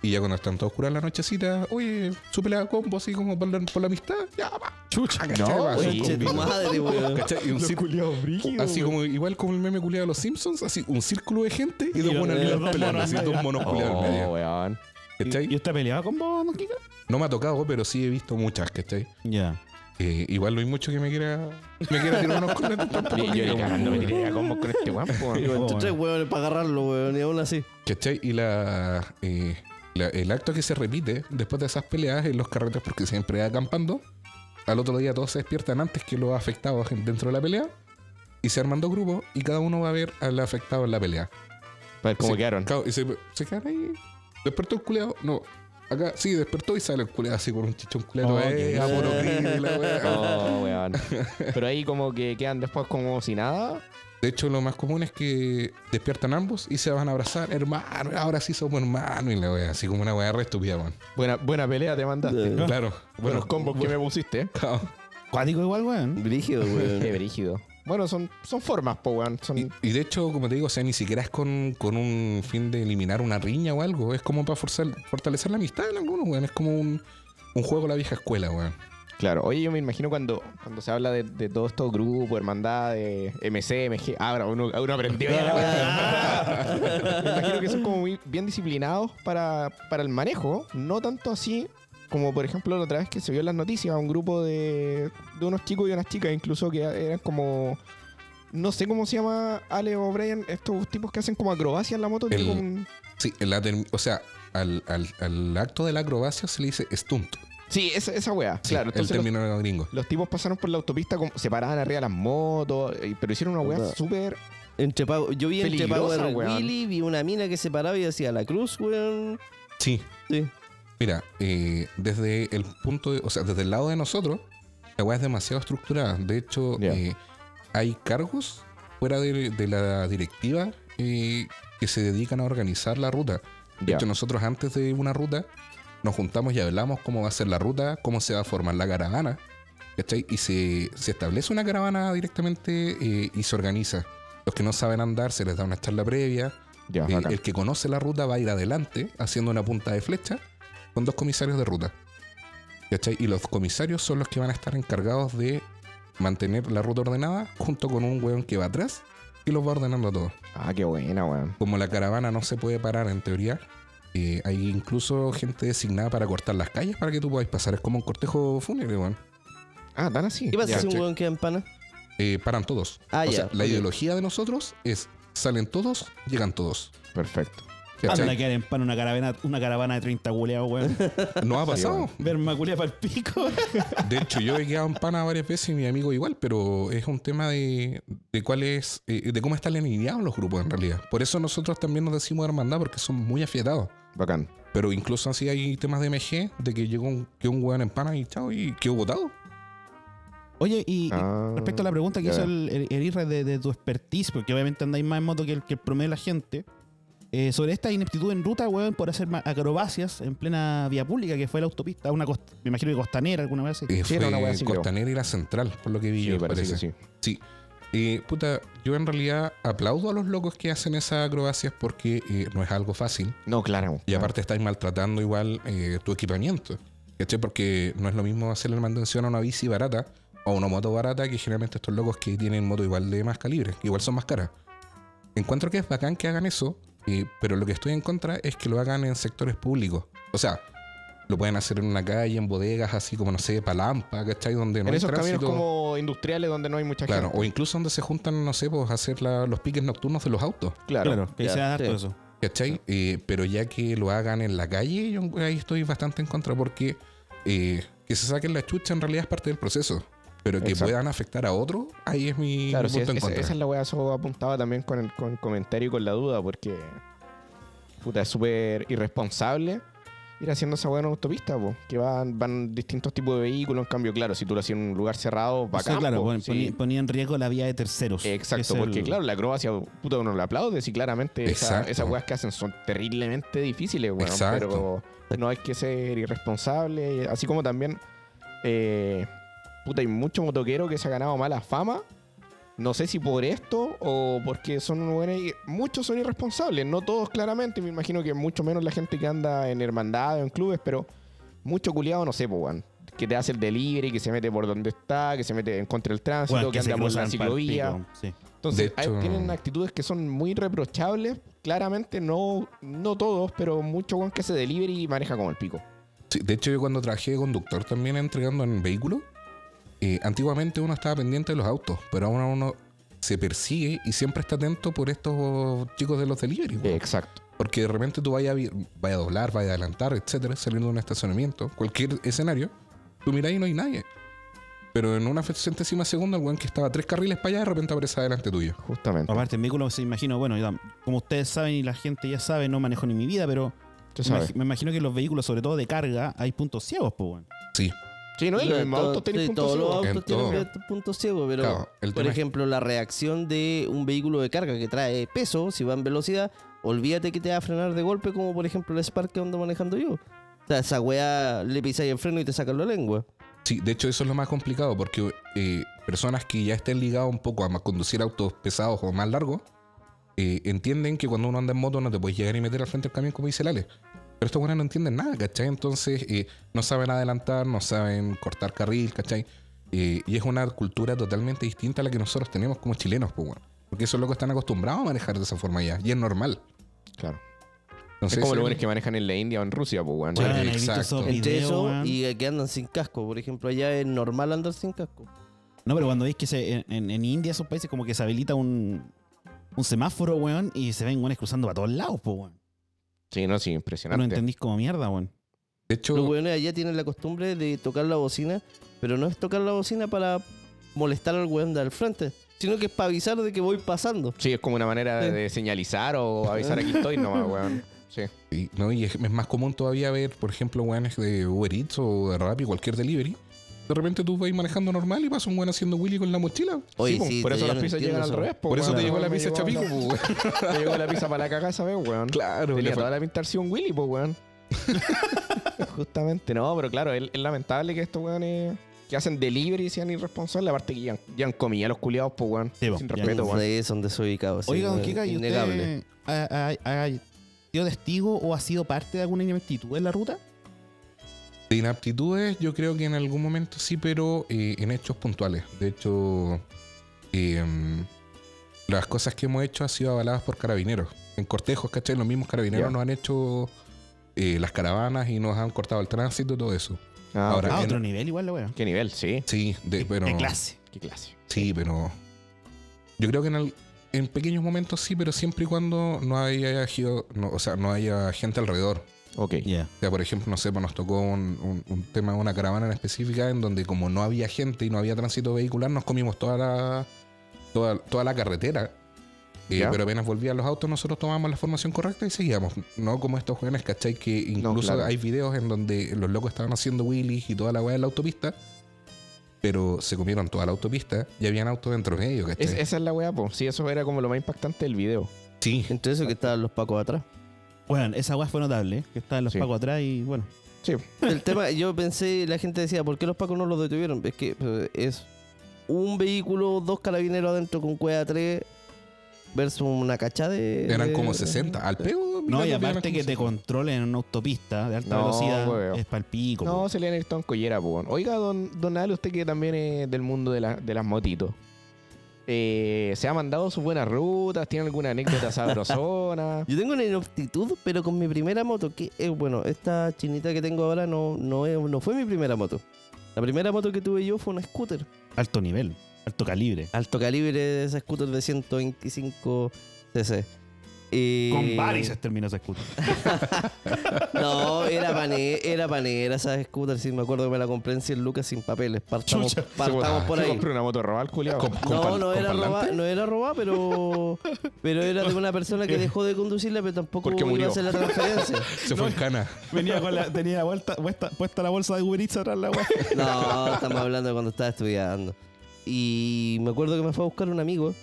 Y ya cuando están todos curados en la nochecita, oye, su pelea combo así como por la, por la amistad. Ya, pa. Chucha,
No,
así,
Sí,
Conche tu
como-
madre, weón.
¿cachai? Y un círculo- así como igual como el meme culiado de los Simpsons, así un círculo de gente y dos
los-
buenas
y los
niñas
dos
peleando,
monos
así
en
dos
medio.
monos culiados en
Oh,
medio.
weón.
¿Y
¿Cachai?
está peleada con vos, Don Kika?
No me ha tocado, pero sí he visto muchas, ¿cachai?
Ya.
Eh, igual no hay mucho que me quiera, me quiera tirar unos cornetos tampoco.
Y yo
creo,
ni cagando me
weón.
tiré a combo con este guapo.
Digo, entre
Oh,
tres weones para agarrarlo, weón. Y aún así.
¿Cachai? Y la, eh, la- el acto que se repite después de esas peleas en los carretes, porque siempre acampando, al otro día todos se despiertan antes que los afectados en- dentro de la pelea y se arman dos grupos y cada uno va a ver al afectado en la pelea.
Para ver cómo
Se-
quedaron.
claro, y se, se quedan ahí. ¿Despertó el culeado? No. Acá sí, despertó y sale el culeado así con un chichón culeado.
Oh,
eh,
qué
a puro gris y la wea.
Oh, weón. Pero ahí como que quedan después como si nada.
De hecho, lo más común es que despiertan ambos y se van a abrazar. Hermano, ahora sí somos hermanos. Y la wea, así como una wea re estúpida, weón.
Buena, buena pelea te mandaste.
Eh,
Claro.
Ah, Buenos combos que me pusiste. ¿eh?
Claro.
Cuático igual, weón.
Brígido,
Qué
weón.
brígido. Bueno, son, son formas, po, weón. Son...
Y, y de hecho, como te digo, o sea, ni siquiera es con, con un fin de eliminar una riña o algo. Es como para forzar, fortalecer la amistad en algunos, weón. Es como un, un juego a la vieja escuela, weón.
Claro, oye, yo me imagino cuando, cuando se habla de, de todos estos grupos, hermandades, MC, MG. Ah, ahora uno, uno aprendió ya la weá. Me imagino que son como muy bien disciplinados para, para el manejo. No tanto así como, por ejemplo, la otra vez que se vio en las noticias, un grupo de, de unos chicos y unas chicas, incluso que eran como. No sé cómo se llama Ale o Brian, estos tipos que hacen como acrobacia en la moto.
El-
tipo un-
Sí, en la term- o sea, al, al- al acto de la acrobacia se le dice stunt.
Sí, esa, esa weá,
Sí,
claro.
el
Entonces los-
término gringo.
Los tipos pasaron por la autopista, como, se paraban arriba de las motos, eh, pero hicieron una weá
Puta.
súper.
Entre Pow- yo vi entre
Peligrosa,
Power
weón.
Willy, vi una mina que se paraba y decía la cruz, weón.
Sí.
Sí.
Mira, eh, desde el punto de, o sea, desde el lado de nosotros, la weá es demasiado estructurada. De hecho,
Ya.
eh, hay cargos fuera de, de la directiva eh, que se dedican a organizar la ruta. De
Ya.
hecho, nosotros antes de una ruta nos juntamos y hablamos cómo va a ser la ruta, cómo se va a formar la caravana. ¿cachai? Y se, se establece una caravana directamente eh, y se organiza. Los que no saben andar se les da una charla previa.
Ya,
Eh,
Ah, bacán.
el que conoce la ruta va a ir adelante haciendo una punta de flecha con dos comisarios de ruta. ¿Cachai? Y los comisarios son los que van a estar encargados de mantener la ruta ordenada junto con un weón que va atrás, que los va ordenando a todos.
Ah, qué buena, weón.
Como la caravana no se puede parar en teoría, eh, hay incluso gente designada para cortar las calles para que tú puedas pasar. Es como un cortejo fúnebre, weón.
Ah, tan así.
¿Qué pasa
Ya.
si un
che.
hueón queda en pana?
Eh, paran todos.
Ah, ya,
O sea, la
ok.
ideología de nosotros es salen todos, llegan todos.
Perfecto.
¿Cachai?
Anda a quedar en pan una caravana, una caravana de 30 culeados, weón.
No ha pasado.
Verma culea para el pico.
De hecho, yo he quedado en pana varias veces y mi amigo igual, pero es un tema de, de cuál es, eh, de cómo están alineados los grupos en realidad. Por eso nosotros también nos decimos hermandad, porque son muy afiatados.
Bacán.
Pero incluso así hay temas de MG de que llegó un, que un weón en pana y chao, y quedó votado.
Oye, y y
Ah,
respecto a la pregunta que
ya.
hizo el, el, el Isra de, de tu expertise, porque obviamente andáis más en moto que el, que el promedio de la gente, eh, sobre esta ineptitud en ruta, weón, por hacer ma- acrobacias en plena vía pública, que fue la autopista, una cost- me imagino que costanera alguna vez. así.
Eh,
Sí,
fue
era una wea así, creo.
Costanera y la Central, por lo que vi
Sí,
yo,
parece
parece.
que sí.
Sí. Eh, puta, yo en realidad aplaudo a los locos que hacen esas acrobacias porque eh, no es algo fácil.
No, claro.
Y aparte estáis maltratando igual eh, tu equipamiento. ¿Cachai? Porque no es lo mismo hacerle mantención a una bici barata o a una moto barata que generalmente estos locos que tienen moto igual de más calibre, que igual son más caras. Encuentro que es bacán que hagan eso, eh, pero lo que estoy en contra es que lo hagan en sectores públicos. O sea, lo pueden hacer en una calle, en bodegas, así como, no sé, Palampa, ¿cachai? Donde no
en
hay
esos caminos
tránsito.
como industriales donde no hay mucha
Claro,
gente.
o incluso donde se juntan, no sé, pues hacer la- los piques nocturnos de los autos.
Claro.
claro, que
ya,
sea harto
sí.
eso.
¿Cachai? Eh, pero ya que lo hagan en la calle, yo ahí estoy bastante en contra porque eh, que se saquen la chucha en realidad es parte del proceso. Pero que
Exacto.
puedan afectar a otro, ahí es mi
Claro,
mi
sí, es-
punto en
esa,
contra.
esa es la weá, eso apuntaba también con el, con el comentario y con la duda, porque puta, es súper irresponsable ir haciendo esa weá en autopista, po, que van, van distintos tipos de vehículos, en cambio, claro, si tú lo hacías en un lugar
O
cerrado,
sea,
bacán,
claro,
po,
pon-
sí.
ponía, ponía en riesgo la vía de terceros.
Exacto,
Es el-
porque claro, la acrobacia, puta, uno le aplaude, y claramente esa-
Exacto.
esas weas que hacen son terriblemente difíciles, weón,
Exacto.
pero no hay que ser irresponsable, así como también, eh, puta, hay mucho motoquero que se ha ganado mala fama, no sé si por esto o porque son buenos, muchos son irresponsables, no todos claramente, me imagino que mucho menos la gente que anda en hermandades o en clubes, pero mucho culiado, no sé, po, weón. Que te hace el delivery, que se mete por donde está, que se mete en contra del tránsito,
Weón,
que,
se
anda por la
cruzan pa'l
ciclovía.
pico, sí.
Entonces,
De
hay-
hecho-
tienen actitudes que son muy reprochables. Claramente, no, no todos, pero mucho weón que hace delivery y maneja como el pico.
Sí, de hecho, yo cuando trabajé de conductor también entregando en vehículo, eh, antiguamente uno estaba pendiente de los autos, pero ahora uno se persigue y siempre está atento por estos chicos de los delivery. weón.
exacto.
Porque de repente tú vayas a, vi- vayas a doblar, vayas a adelantar, etcétera, saliendo de un estacionamiento, cualquier escenario, tú mirás y no hay nadie. Pero en una centésima segunda, el weón que estaba tres carriles para allá, de repente aparece adelante tuyo. Oh,
Justamente.
Aparte, en vehículo se imagino, bueno, yo tam- como ustedes saben y la gente ya sabe, no manejo ni mi vida, pero
Tú
me
sabes.
imag- me imagino que en los vehículos, sobre todo de carga, hay puntos ciegos, pues, weón.
Sí,
Sí, no es lo mismo.
Todo-
Autos tienen
sí,
puntos
todos los
ciegos.
En
autos tienen
todo.
ciertos puntos ciegos, pero
claro. El
por
tema es-
ejemplo, la reacción de un vehículo de carga que trae peso, si va en velocidad, olvídate que te va a frenar de golpe, como por ejemplo el Spark que ando manejando yo. O sea, esa weá le pisáis el freno y te sacan la lengua.
sí, de hecho eso es lo más complicado, porque eh, personas que ya estén ligadas un poco a ma- conducir autos pesados o más largos, eh, entienden que cuando uno anda en moto no te puedes llegar y meter al frente del camión como dice el Ale. Pero estos buenos no entienden nada, ¿cachai? Entonces eh, no saben adelantar, no saben cortar carril, ¿cachai? Eh, y es una cultura totalmente distinta a la que nosotros tenemos como chilenos, pues bueno. Porque esos locos están acostumbrados a manejar de esa forma ya, y es normal.
Claro.
Entonces,
es como
ese-
los buenos que manejan en la India o en Rusia, pues, weón.
Sí.
Weón, he visto
exacto.
esos
Entre
videos,
eso
weón.
y que andan sin casco. Por ejemplo, allá es normal andar sin casco.
No, pero cuando veis que se- en, en- en India, esos países, como que se habilita un, un semáforo, weón, y se ven weones cruzando para todos lados, po, weón.
Sí, no, sí,
No lo
impresionante.
entendís como mierda, weón.
de hecho,
Los weones allá tienen la costumbre de tocar la bocina, pero no es tocar la bocina para molestar al weón del frente, sino que es para avisar de que voy pasando.
Sí, es como una manera de, de señalizar o avisar aquí estoy nomás, weón. Sí.
Sí, ¿no? Y es, es más común todavía ver, por ejemplo, weones de Uber Eats o de Rappi, cualquier delivery. De repente tú vas manejando normal y pasa un weón haciendo Willy con la mochila.
Oye,
po, pues,
sí,
por
te-
eso
yo
las
no
pizzas
entiendo
llegan al
esa
revés, po,
Por eso
pues, weón.
te llegó
No,
la
me
pizza
llegó
Chapico,
la-
po, weón.
Te llegó la pizza para la caga esa vez, weón.
Claro,
Tenía
le fal-
toda la pintarse un Willy, pues, weón. Justamente, no, pero claro, es, es lamentable que estos weones que hacen delivery sean irresponsables. Aparte que llevan, llevan comida a los culiados, pues, weón.
Sí, po,
Sin
ya.
respeto, weón.
Sí, son desubicados. sí,
Oiga, don
weón,
Kika, ¿y
innegable.
usted ha, ha- ha sido testigo o ha sido parte de alguna ineptitud en la ruta?
De inaptitudes, yo creo que en algún momento sí, pero eh, en hechos puntuales. De hecho, eh, las cosas que hemos hecho han sido avaladas por carabineros. En cortejos, ¿cachai? Los mismos carabineros
Ya.
nos han hecho eh, las caravanas y nos han cortado el tránsito y todo eso.
Ah,
Ahora,
A
bien.
otro nivel igual la wea.
¿Qué nivel? Sí.
Sí, de, pero,
De clase.
Qué clase.
Sí, pero. Yo creo que en, al- en pequeños momentos sí, pero siempre y cuando no haya, geo- no, o sea, no haya gente alrededor.
Ok.
Ya.
O sea, por ejemplo, no sé, pues nos tocó un, un- un tema de una caravana en específica en donde como no había gente y no había tránsito vehicular, nos comimos toda la, toda, toda la carretera. Eh,
Ya.
pero apenas volvían los autos, nosotros tomábamos la formación correcta y seguíamos. No como estos jóvenes, ¿cachai? Que incluso
claro.
hay videos en donde los locos estaban haciendo wheelies y toda la weá en la autopista, pero se comieron toda la autopista y habían autos dentro medio, ¿cachai?
Es- esa es la weá, po. Sí, eso era como lo más impactante del video.
Sí,
Entre eso que estaban los pacos atrás.
Bueno, esa wea fue notable, ¿eh? que estaban los
Sí.
pacos atrás y bueno.
Sí.
El tema, yo pensé, la gente decía, ¿por qué los pacos no los detuvieron? Es que eh, es un vehículo, dos carabineros adentro con cueva 3 versus una cachada de.
eran
de-
como 60, al peo.
No, y
mirando,
aparte que te
eran como 60.
controlen en una autopista de alta
No,
velocidad
weón.
es palpico.
No, se le han ido en collera, po. Oiga, don, don Ale, usted que también es del mundo de, la- de las motitos. Eh, ¿Se ha mandado sus buenas rutas? ¿Tiene alguna anécdota sabrosona?
Yo tengo una inaptitud, pero con mi primera moto, que es bueno, esta chinita que tengo ahora no, no, es- no fue mi primera moto. La primera moto que tuve yo fue una scooter.
Alto nivel, alto calibre.
Alto calibre, esa scooter de 125 cc. Eh,
Con varices terminó esa escucha.
No, era panera, era panera esa scooter, sí, me acuerdo que me la compré en 100 lucas sin papeles. Partamos,
Chucha.
partamos por
Se
ahí.
compró una moto robada, el culiao.
Con- con
No,
pal-
no
con
era
parlante.
robada, no era robada, pero, pero era de una persona que dejó de conducirla, pero tampoco
Porque
iba
murió.
a hacer la transferencia.
Se fue en cana.
Venía con la, tenía la vuelta, puesta, puesta la bolsa de Uber Eats atrás la wea.
No, estamos hablando de cuando estaba estudiando. Y me acuerdo que me fue a buscar un amigo.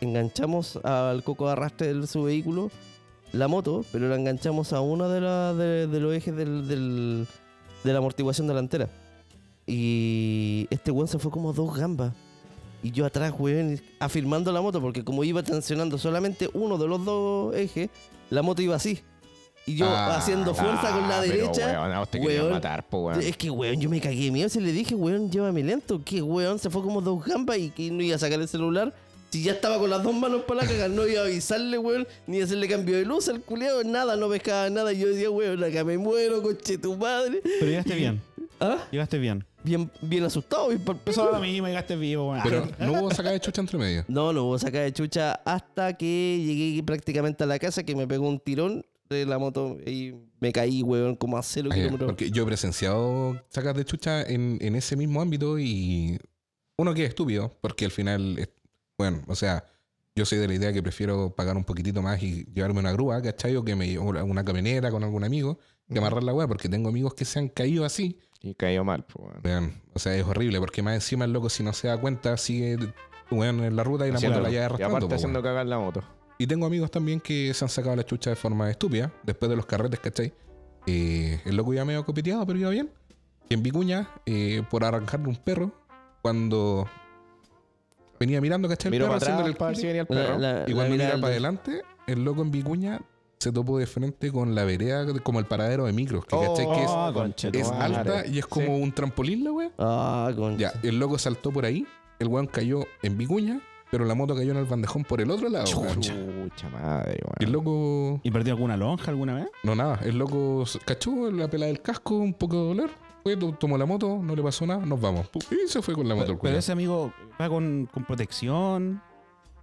Enganchamos al coco de arrastre de su vehículo, la moto, pero la enganchamos a uno de, la- de- de los ejes del- del- de la amortiguación delantera. Y este weón se fue como dos gambas. Y yo atrás, weón, afirmando la moto, porque como iba tensionando solamente uno de los dos ejes, la moto iba así. Y yo
Ah,
haciendo fuerza con la
Ah, pero,
derecha.
weón, a vos te querían
weón,
matar, po, weón.
Es que, weón, yo me cagué de miedo. Se le dije, weón, llévame lento. Que, weón, se fue como dos gambas y que no iba a sacar el celular. Si ya estaba con las dos manos para la cagar, no iba a avisarle, weón, ni a hacerle cambio de luz al culiado, nada, no pescaba nada. Y yo decía, weón, acá me muero, coche tu madre.
Pero llegaste bien,
¿Ah?
llegaste bien.
Bien, bien asustado, bien pa'l pico.
Empezó lo mismo, llegaste vivo, weón.
Pero no hubo sacada de chucha entre medio.
No, no hubo sacar de chucha hasta que llegué prácticamente a la casa que me pegó un tirón de la moto y me caí, weón, como a cero
Ah, ya,
kilómetros.
Porque yo he presenciado sacas de chucha en, en ese mismo ámbito y uno que es estúpido, porque al final, es- bueno, o sea, yo soy de la idea que prefiero pagar un poquitito más y llevarme una grúa, ¿cachai? O que me llevo una camionera con algún amigo que amarrar la weá, porque tengo amigos que se han caído así.
Y cayó mal, po, weón.
Weón, o sea, es horrible, porque más encima el loco, si no se da cuenta, sigue weón, en la ruta y la moto
Haciéndolo.
la lleva
y
arrastrando.
aparte
po,
haciendo
weón.
cagar la moto.
Y tengo amigos también que se han sacado la chucha de forma estúpida, después de los carretes, ¿cachai? Eh, el loco iba medio copeteado, pero iba bien. Y en Vicuña, eh, por arrancarle un perro, cuando venía mirando, ¿cachai? El
Miro
perro
para atrás
haciéndole el
para ver
clic,
si venía el
La-
perro.
la-
Y
la mirada
cuando mira
del-
para adelante, el loco en Vicuña se topó de frente con la vereda, como el paradero de micros, que, ¿cachai? que es,
Oh, conche tu
es
madre.
alta y es como
Sí.
un trampolín la wea.
Ah, con...
Ya, el loco saltó por ahí, el weón cayó en Vicuña, pero la moto cayó en el bandejón por el otro lado. weón.
Chucha madre, weón.
Y el loco
¿Y perdió alguna lonja alguna vez?
No, nada. El loco s- cachó la pela del casco, un poco de dolor. Fue, to- tomó la moto, no le pasó nada, nos vamos. Pu- Y se fue con la moto el
Pero,
culiao.
ese amigo va con, con protección.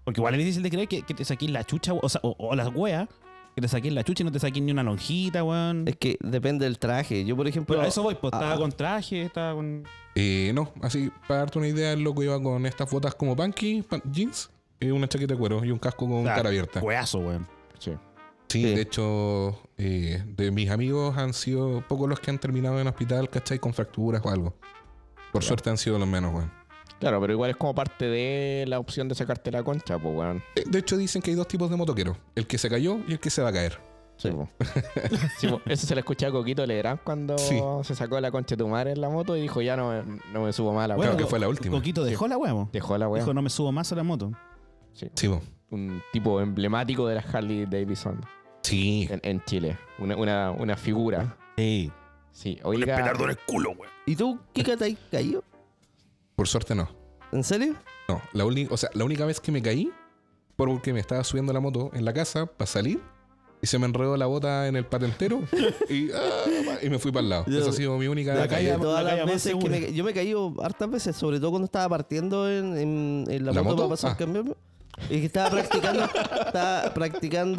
Porque igual es difícil de creer que, que te saquen la chucha, o sea, o, o las weas, que te saquen la chucha y no te saquen ni una lonjita, weón.
Es que depende del traje. Yo, por ejemplo...
Pero a eso voy, pues
ah.
estaba con traje, estaba con.
Eh, no, así, para darte una idea, el loco iba con estas botas como punky, pan- jeans, y una chaqueta de cuero y un casco con
Ah,
cara abierta.
Weazo, weón.
Sí.
Sí,
Sí.
de hecho, eh, de mis amigos han sido pocos los que han terminado en hospital, ¿cachai? Con fracturas o algo. Por suerte han sido los menos, weón.
Claro, pero igual es como parte de la opción de sacarte la concha, pues, weón.
Eh, De hecho, dicen que hay dos tipos de motoqueros: el que se cayó y el que se va a caer.
Sí, po. Sí, po. Eso se lo escuché a Coquito Legrand cuando
Sí.
se sacó la concha de tu madre en la moto y dijo, ya no, me- no me subo más a la
Bueno,
weá.
que fue la última.
Coquito dejó la wea, mo.
Dejó la weá.
Dijo, no me subo más a la moto.
Sí.
Sí, po.
Un tipo emblemático de la Harley Davidson
Sí.
en, en Chile. Una, una, una figura.
Sí.
Sí, oiga.
el culo, weón.
¿Y tú qué cata has caído?
Por suerte no.
¿En serio?
No, la, uni- o sea, la única vez que me caí porque me estaba subiendo la moto en la casa para salir y se me enredó la bota en el patentero y, ah, y me fui para el lado.
Ya,
Esa ha sido mi única
La calle,
caída.
todas
la
las
calle más
veces que
segura.
me- yo me he caído hartas veces, sobre todo cuando estaba partiendo en, en- en la,
¿La
moto,
moto?
para pasar
Ah.
cambio. Y que estaba practicando. estaba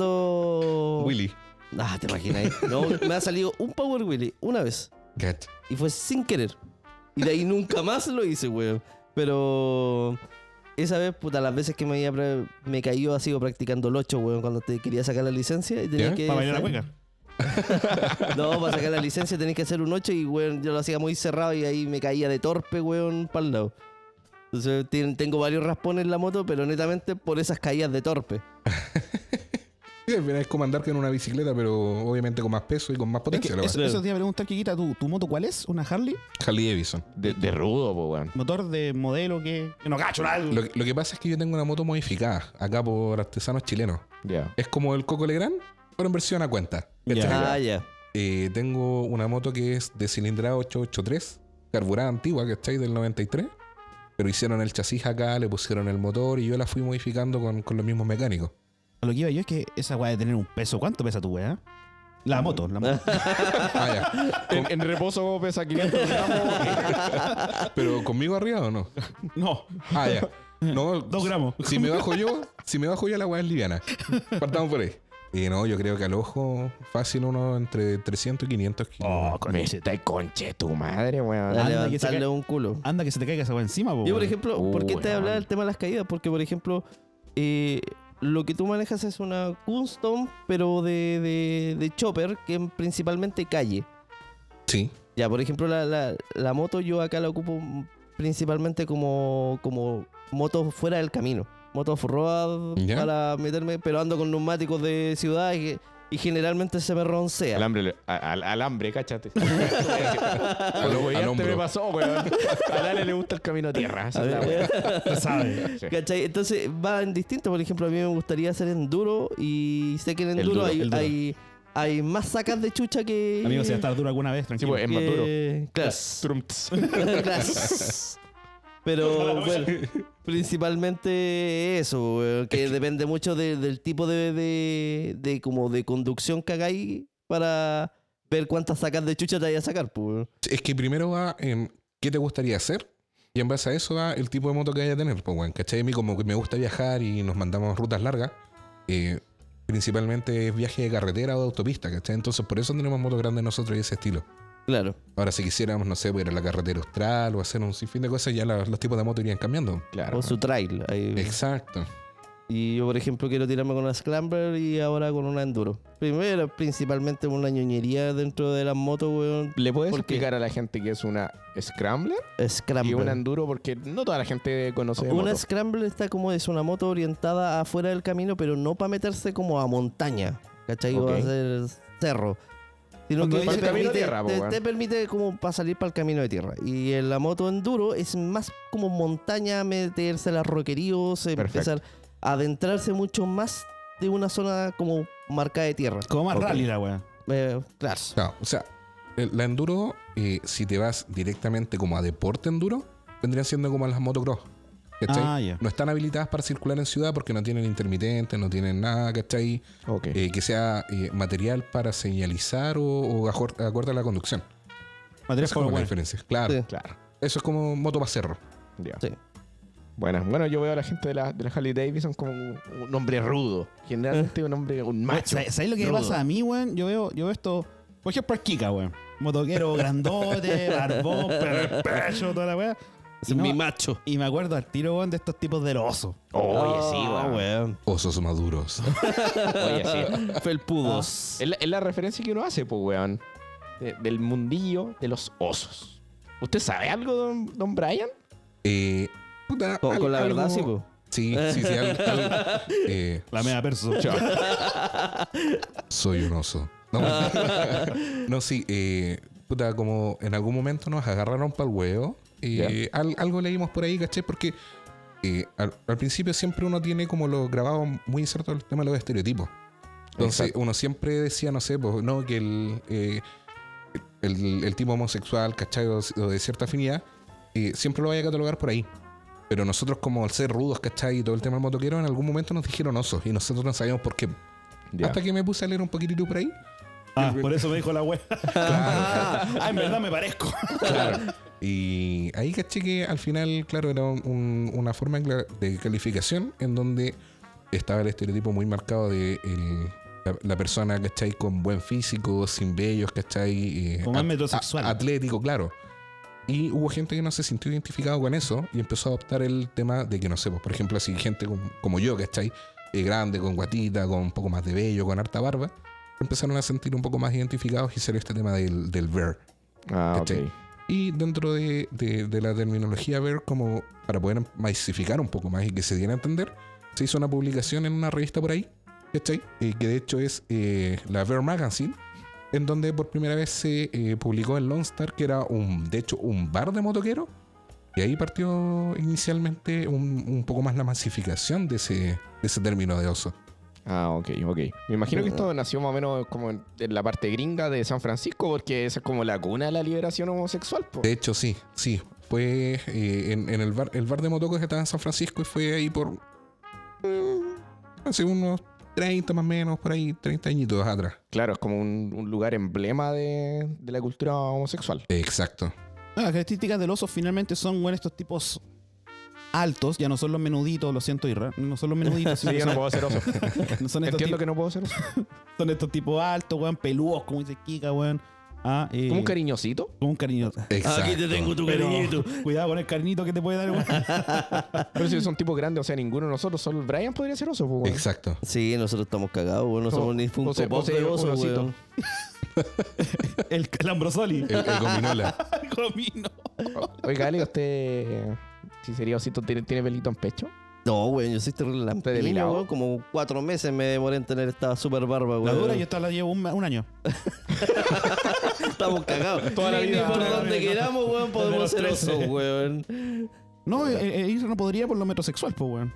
practicando.
Willy.
Ah, te imaginas. No, me ha salido un Power Willy una vez.
Cacha.
Y fue sin querer. Y de ahí nunca más lo hice, weón. Pero esa vez, puta, las veces que me, había pra- me cayó ha sido practicando el 8, weón, cuando te quería sacar la licencia. Y tenía
¿Ya?
que
Para bailar la cueca.
No, para sacar la licencia tenés que hacer un 8 y, weón, yo lo hacía muy cerrado y ahí me caía de torpe, weón, para el lado. Entonces ten- tengo varios raspones en la moto, pero netamente por esas caídas de torpe.
Sí, al final es como andar que en una bicicleta, pero obviamente con más peso y con más
Es que
potencia. la
eso,
weá.
eso te iba a preguntar, Kikita, ¿tú, ¿tu moto cuál es? ¿Una Harley?
Harley Davidson.
De, de rudo, po, weón.
¿Motor de modelo que, que no cacho nada?
Lo, que- lo que pasa es que yo tengo una moto modificada acá por artesanos chilenos.
Ya.
Es como el Coco Legrand, pero en versión a cuenta.
Ya.
Ah, ya.
Eh, tengo una moto que es de cilindrada 883, carburada antigua, ¿cachai? Del 93. Pero hicieron el chasis acá, le pusieron el motor y yo la fui modificando con, con los mismos mecánicos.
A Ah, Lo que iba yo es que esa weá de tener un peso. ¿Cuánto pesa tu weá? La moto, la moto.
Ah,
Mm. En, en reposo pesa 500 gramos.
ya. ¿Pero conmigo arriba o no?
no,
Ah, ya. No,
dos gramos.
Si me bajo yo, si me bajo yo, la weá es liviana. Partamos por ahí. Y no, yo creo que al ojo fácil uno entre 300 y 500 kilos.
Oh,
Me
conche-
está conche tu madre, weón.
A
Anda, Ah, que se
levantarle
cae.
un culo.
Anda que se te caiga esa weá encima, po,
Yo, por
weón.
ejemplo, ¿por qué
Uy,
te hablaba
man.
del tema de las caídas? Porque, por ejemplo, eh, lo que tú manejas es una custom, pero de, de, de chopper, que es principalmente calle.
Sí.
Ya, por ejemplo, la, la- la moto yo acá la ocupo principalmente como, como moto fuera del camino. Moto off-road
Ya.
para meterme, pero ando con neumáticos de ciudad y, y generalmente se me roncea.
Alambre, al, alambre, cáchate. Cuando
Al- al
weyaste
hombro.
me pasó, weón. A Lale le gusta el camino a tierra. esa
A
es la
ver,
weá.
Ya sabe.
Sí.
¿Cachai? Entonces va en distinto. Por ejemplo, a mí me gustaría hacer enduro y sé que en
El
enduro,
duro,
hay,
el duro.
Hay, hay más sacas de chucha que.
Amigo, si va a estar duro alguna vez,
Sí,
tranquilo.
pues, es más duro.
que- Claro.
Trum, tss.
Claro. Pero bueno, principalmente eso, weón, que depende mucho de- del tipo de, de, de como de conducción que hagáis para ver cuántas sacas de chucha te vayas a sacar, pues. weón.
Es que primero va en qué te gustaría hacer y en base a eso va el tipo de moto que vaya a tener. Pues, bueno, ¿cachai? A mí como que me gusta viajar y nos mandamos rutas largas, eh, principalmente es viaje de carretera o de autopista, ¿cachai? Entonces por eso tenemos motos grandes nosotros y ese estilo.
Claro.
Ahora si quisiéramos, no sé, pues, ir a la carretera austral o hacer un sinfín de cosas, ya la- los tipos de moto irían cambiando.
Claro.
O su trail. ahí.
Exacto.
Y yo, por ejemplo, quiero tirarme con una Scrambler y ahora con una Enduro. Primero, principalmente una ñoñería dentro de las motos, weón.
¿Le puedes
¿Por qué?
explicar a la gente que es una Scrambler y
Scrambler.
un enduro? Porque no toda la gente conoce de
Una
moto.
Scrambler está como es una moto orientada afuera del camino, pero no para meterse como a montaña, ¿cachai? O
Ok.
a hacer cerro. Sino
Cuando
que
dice
te
camino de
permite,
tierra, po,
te-
weón.
te permite como para salir para el camino de tierra. Y en la moto enduro es más como montaña, meterse a las roqueríos, empezar a adentrarse mucho más de una zona como marcada de tierra.
Como más
Ok.
rally la weá.
Eh, claro.
Claro, o sea, el- la enduro, eh, si te vas directamente como a deporte enduro, vendrían siendo como las motocross. ¿Cachai?
Ah, ya.
No están habilitadas para circular en ciudad porque no tienen intermitentes, no tienen nada, ¿cachai?
Ok.
Eh, que sea eh, material para señalizar o, o ajor- acorde a la conducción. Esa
Material
es como la
Power,
diferencia. Claro.
Sí.
Claro.
Eso es como moto para cerro.
Ya.
Sí.
Bueno, bueno, yo veo a la gente de la, de la Harley Davidson como un, un hombre rudo. Generalmente un hombre, un
Weón,
macho.
¿sabes- ¿Sabes lo que
rudo.
pasa a mí, weón? Yo veo, yo veo esto. Por ejemplo, el Kika, weón. Motoquero grandote, barbón, pero en el pecho, toda la weá. Y, no-
macho.
y me acuerdo al tiro, weón, de estos tipos del oso.
Oye, sí,
Ah,
weón.
weón.
Osos maduros.
Oye, sí.
Felpudos.
Es la, es la referencia que uno hace, pues, weón. De- del mundillo de los osos. ¿Usted sabe algo, don, don Brian?
Eh, puta,
Con,
al-
con la
algo-
verdad, sí, po.
Sí, sí, sí. al- al- eh,
La mega perso.
Soy un oso. No,
Ah.
no sí. eh, puta, como en algún momento nos agarraron para el huevo. y
Ya.
al- algo leímos por ahí, ¿cachai? Porque eh, al, al principio siempre uno tiene como lo grabado muy inserto el tema de los estereotipos. Entonces
Exacto.
uno siempre decía, no sé, pues, no, que el, eh, el, el tipo homosexual, ¿cachai? O, o de cierta afinidad, eh, siempre lo vaya a catalogar por ahí. Pero nosotros, como al ser rudos, ¿cachai? Y todo el tema del motoquero, en algún momento nos dijeron osos y nosotros no sabíamos por qué.
Ya.
Hasta que me puse a leer un poquitito por ahí.
Ah, por eso me dijo la wea. ah, en verdad me parezco.
Y ahí caché que al final, claro, era un- un- una forma de cla- de calificación en donde estaba el estereotipo muy marcado de el- la, la persona, ¿cachai? Con buen físico, sin vellos, ¿cachai? Eh,
Como más
at-
metrosexual.
a- atlético, claro. Y hubo gente que no se sintió identificado con eso y empezó a adoptar el tema de que, no sé, pues, por ejemplo, así gente com- como yo, ¿cachai? Eh, grande, con guatita, con un poco más de vello, con harta barba, empezaron a sentir un poco más identificados y salió este tema del, del ver.
Ah, ok.
¿Cachai? Y dentro de, de- de la terminología ver, como para poder maicificar un poco más y que se diera a entender, se hizo una publicación en una revista por ahí, ¿cachai? Eh, que de hecho es eh, la Ver Magazine, en donde por primera vez se eh, publicó en Lone Star, que era un, de hecho, un bar de motoquero. Y ahí partió inicialmente un, un poco más la masificación de ese, de ese término de oso.
Ah, ok, ok. Me imagino que esto nació más o menos como en, en la parte gringa de San Francisco, porque esa es como la cuna de la liberación homosexual. pues. po.
De hecho, sí, sí. Fue eh, en, en el bar, el bar de motocos que estaba en San Francisco y fue ahí por. eh, hace unos 30 más o menos, por ahí, 30 añitos atrás.
Claro, es como un, un lugar emblema de, de la cultura homosexual.
Exacto.
Bueno, las características del oso finalmente son bueno, estos tipos altos, ya no son los menuditos, lo siento, Irra, no son los menuditos,
Sí,
sino
yo
son,
no puedo ser oso.
son estos
Entiendo
tipos,
que no puedo ser oso.
son estos tipos altos, weón, peludos, como dice Kika, weón. Ah, eh,
Como un cariñosito.
como un cariño.
Exacto.
Aquí te tengo tu
Pero,
cariñito.
cuidado con el cariñito que te puede dar, weón.
Pero si son tipos grandes, o sea, ninguno de nosotros, solo el Brian podría ser oso. po, weón.
Exacto.
Sí, nosotros estamos cagados, weón. No
Como-
somos ni Funko
José-
Pop
José
de oso,
Olosito.
weón.
El, el Ambrosoli.
El, el gominola.
El comino.
Oiga, Ale, usted, eh, si sería osito, ¿tiene, tiene pelito en pecho?
No, weón, yo soy terrible
Te
lampino,
depilado.
weón. Como cuatro meses me demoré en tener esta super barba, weón.
La dura yo esta la llevo un, un año.
Estamos cagados.
Toda la
Ni- ni
vida.
por
Toda la
donde
vida.
queramos, weón, podemos
Desde
ser
los
osos,
13.
weón.
No, eh, eh, Irra no podría por lo metrosexual, pues, weón.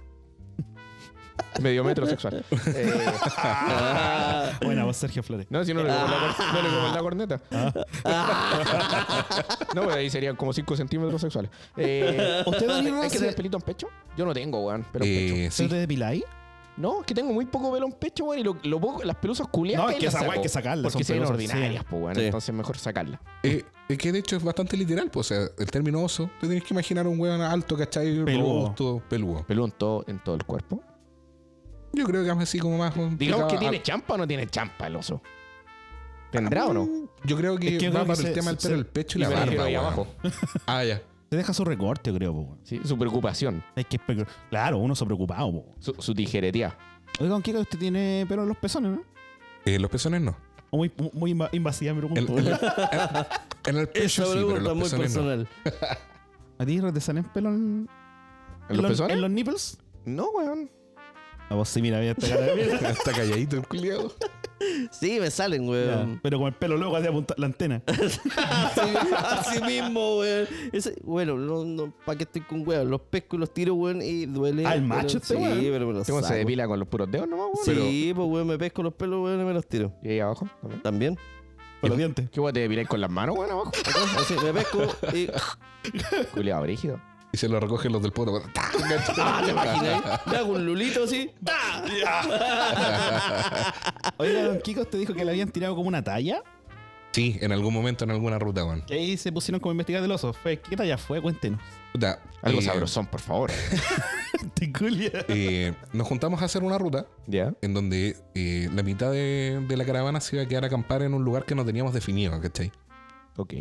Medio metrosexual. Eh,
Ah.
Buena, vos, Sergio Flores.
no, si no le como la, cor- no le como la corneta.
ah,
No, pero ahí serían como 5 centímetros sexuales. Eh,
¿Usted, don Irra,
¿Es que
se-
tenés pelito en pecho? Yo no tengo, weón, pero en pecho.
Eh,
se
sí.
te depiláis?
No, es que tengo muy poco pelo en pecho, weón, y lo, lo poco- las pelusas culiadas.
No, es
ahí
que
las
esa weá
saco,
hay que sacarla, son
Porque se ven
pelusas,
ordinarias,
sí.
pues, weón,
Sí.
entonces mejor sacarla.
Eh, es que de hecho es bastante literal, pues, o sea, el término oso, te tienes que imaginar un hueón alto, ¿cachai?
Peludo.
Robusto, peludo.
Peludo en todo, en todo el cuerpo.
Yo creo que es así como más.
Digamos que
complicado.
tiene champa o no tiene champa el oso. ¿Tendrá o no?
Yo creo que
Es que yo creo
va
que
para el
se-
tema del
se-
pelo, el pecho y
Y
la
me
barba.
refiero ahí
weón.
abajo.
Ah, ya.
Se deja su recorte, creo, pues, weón.
Sí, su preocupación,
Es que es precor- Claro, uno se preocupado, pues.
su, su tijeretía.
Oiga, don Kika, usted tiene pelo en los pezones, ¿no?
Eh, los pezones no.
O muy, muy inva- invasiva, me
En,
pregunto.
en- en el pecho
Esa
sí, pero en
pregunta
los
es muy
pezones no.
personal.
¿A ti Ra, te salen pelo en,
¿En los pezones?
¿En los nipples?
No, weón.
A vos sí, mira, mira esta cara de mierda.
Está calladito el culiado.
Sí, me salen, weón.
Pero con el pelo loco, así apunta la antena.
Así, así mismo, weón. Ese- bueno, no, no, ¿para qué estoy con weón? Los pesco y los tiro, weón, y duele.
Ah, el
pero-
macho este,
Sí,
weón.
pero me los
Este weón se
saco.
depila con los puros dedos nomás, weón.
Sí, pues, weón, me pesco los pelos, weón, y me los tiro.
Y ahí abajo. también.
También.
Con los dientes.
¿Qué weón te depiláis con las manos, weón, abajo?
Así, me pesco y...
Culeado, brígido.
Y se lo recogen los del poto. ¡Tá!
¡Ah, te imaginas! Me hago un lulito así. ¡Ta!
Oiga, don Kiko, usted dijo que le habían tirado como una talla.
Sí, en algún momento, en alguna ruta, weón.
Que ahí se pusieron como a investigar del oso. Fue, ¿Qué talla fue? Cuéntenos.
Puta,
Algo
eh,
sabrosón, por favor.
Te culia.
eh, nos juntamos a hacer una ruta
¿Ya?
en donde eh, la mitad de, de la caravana se iba a quedar a acampar en un lugar que no teníamos definido, ¿cachai?
Ok.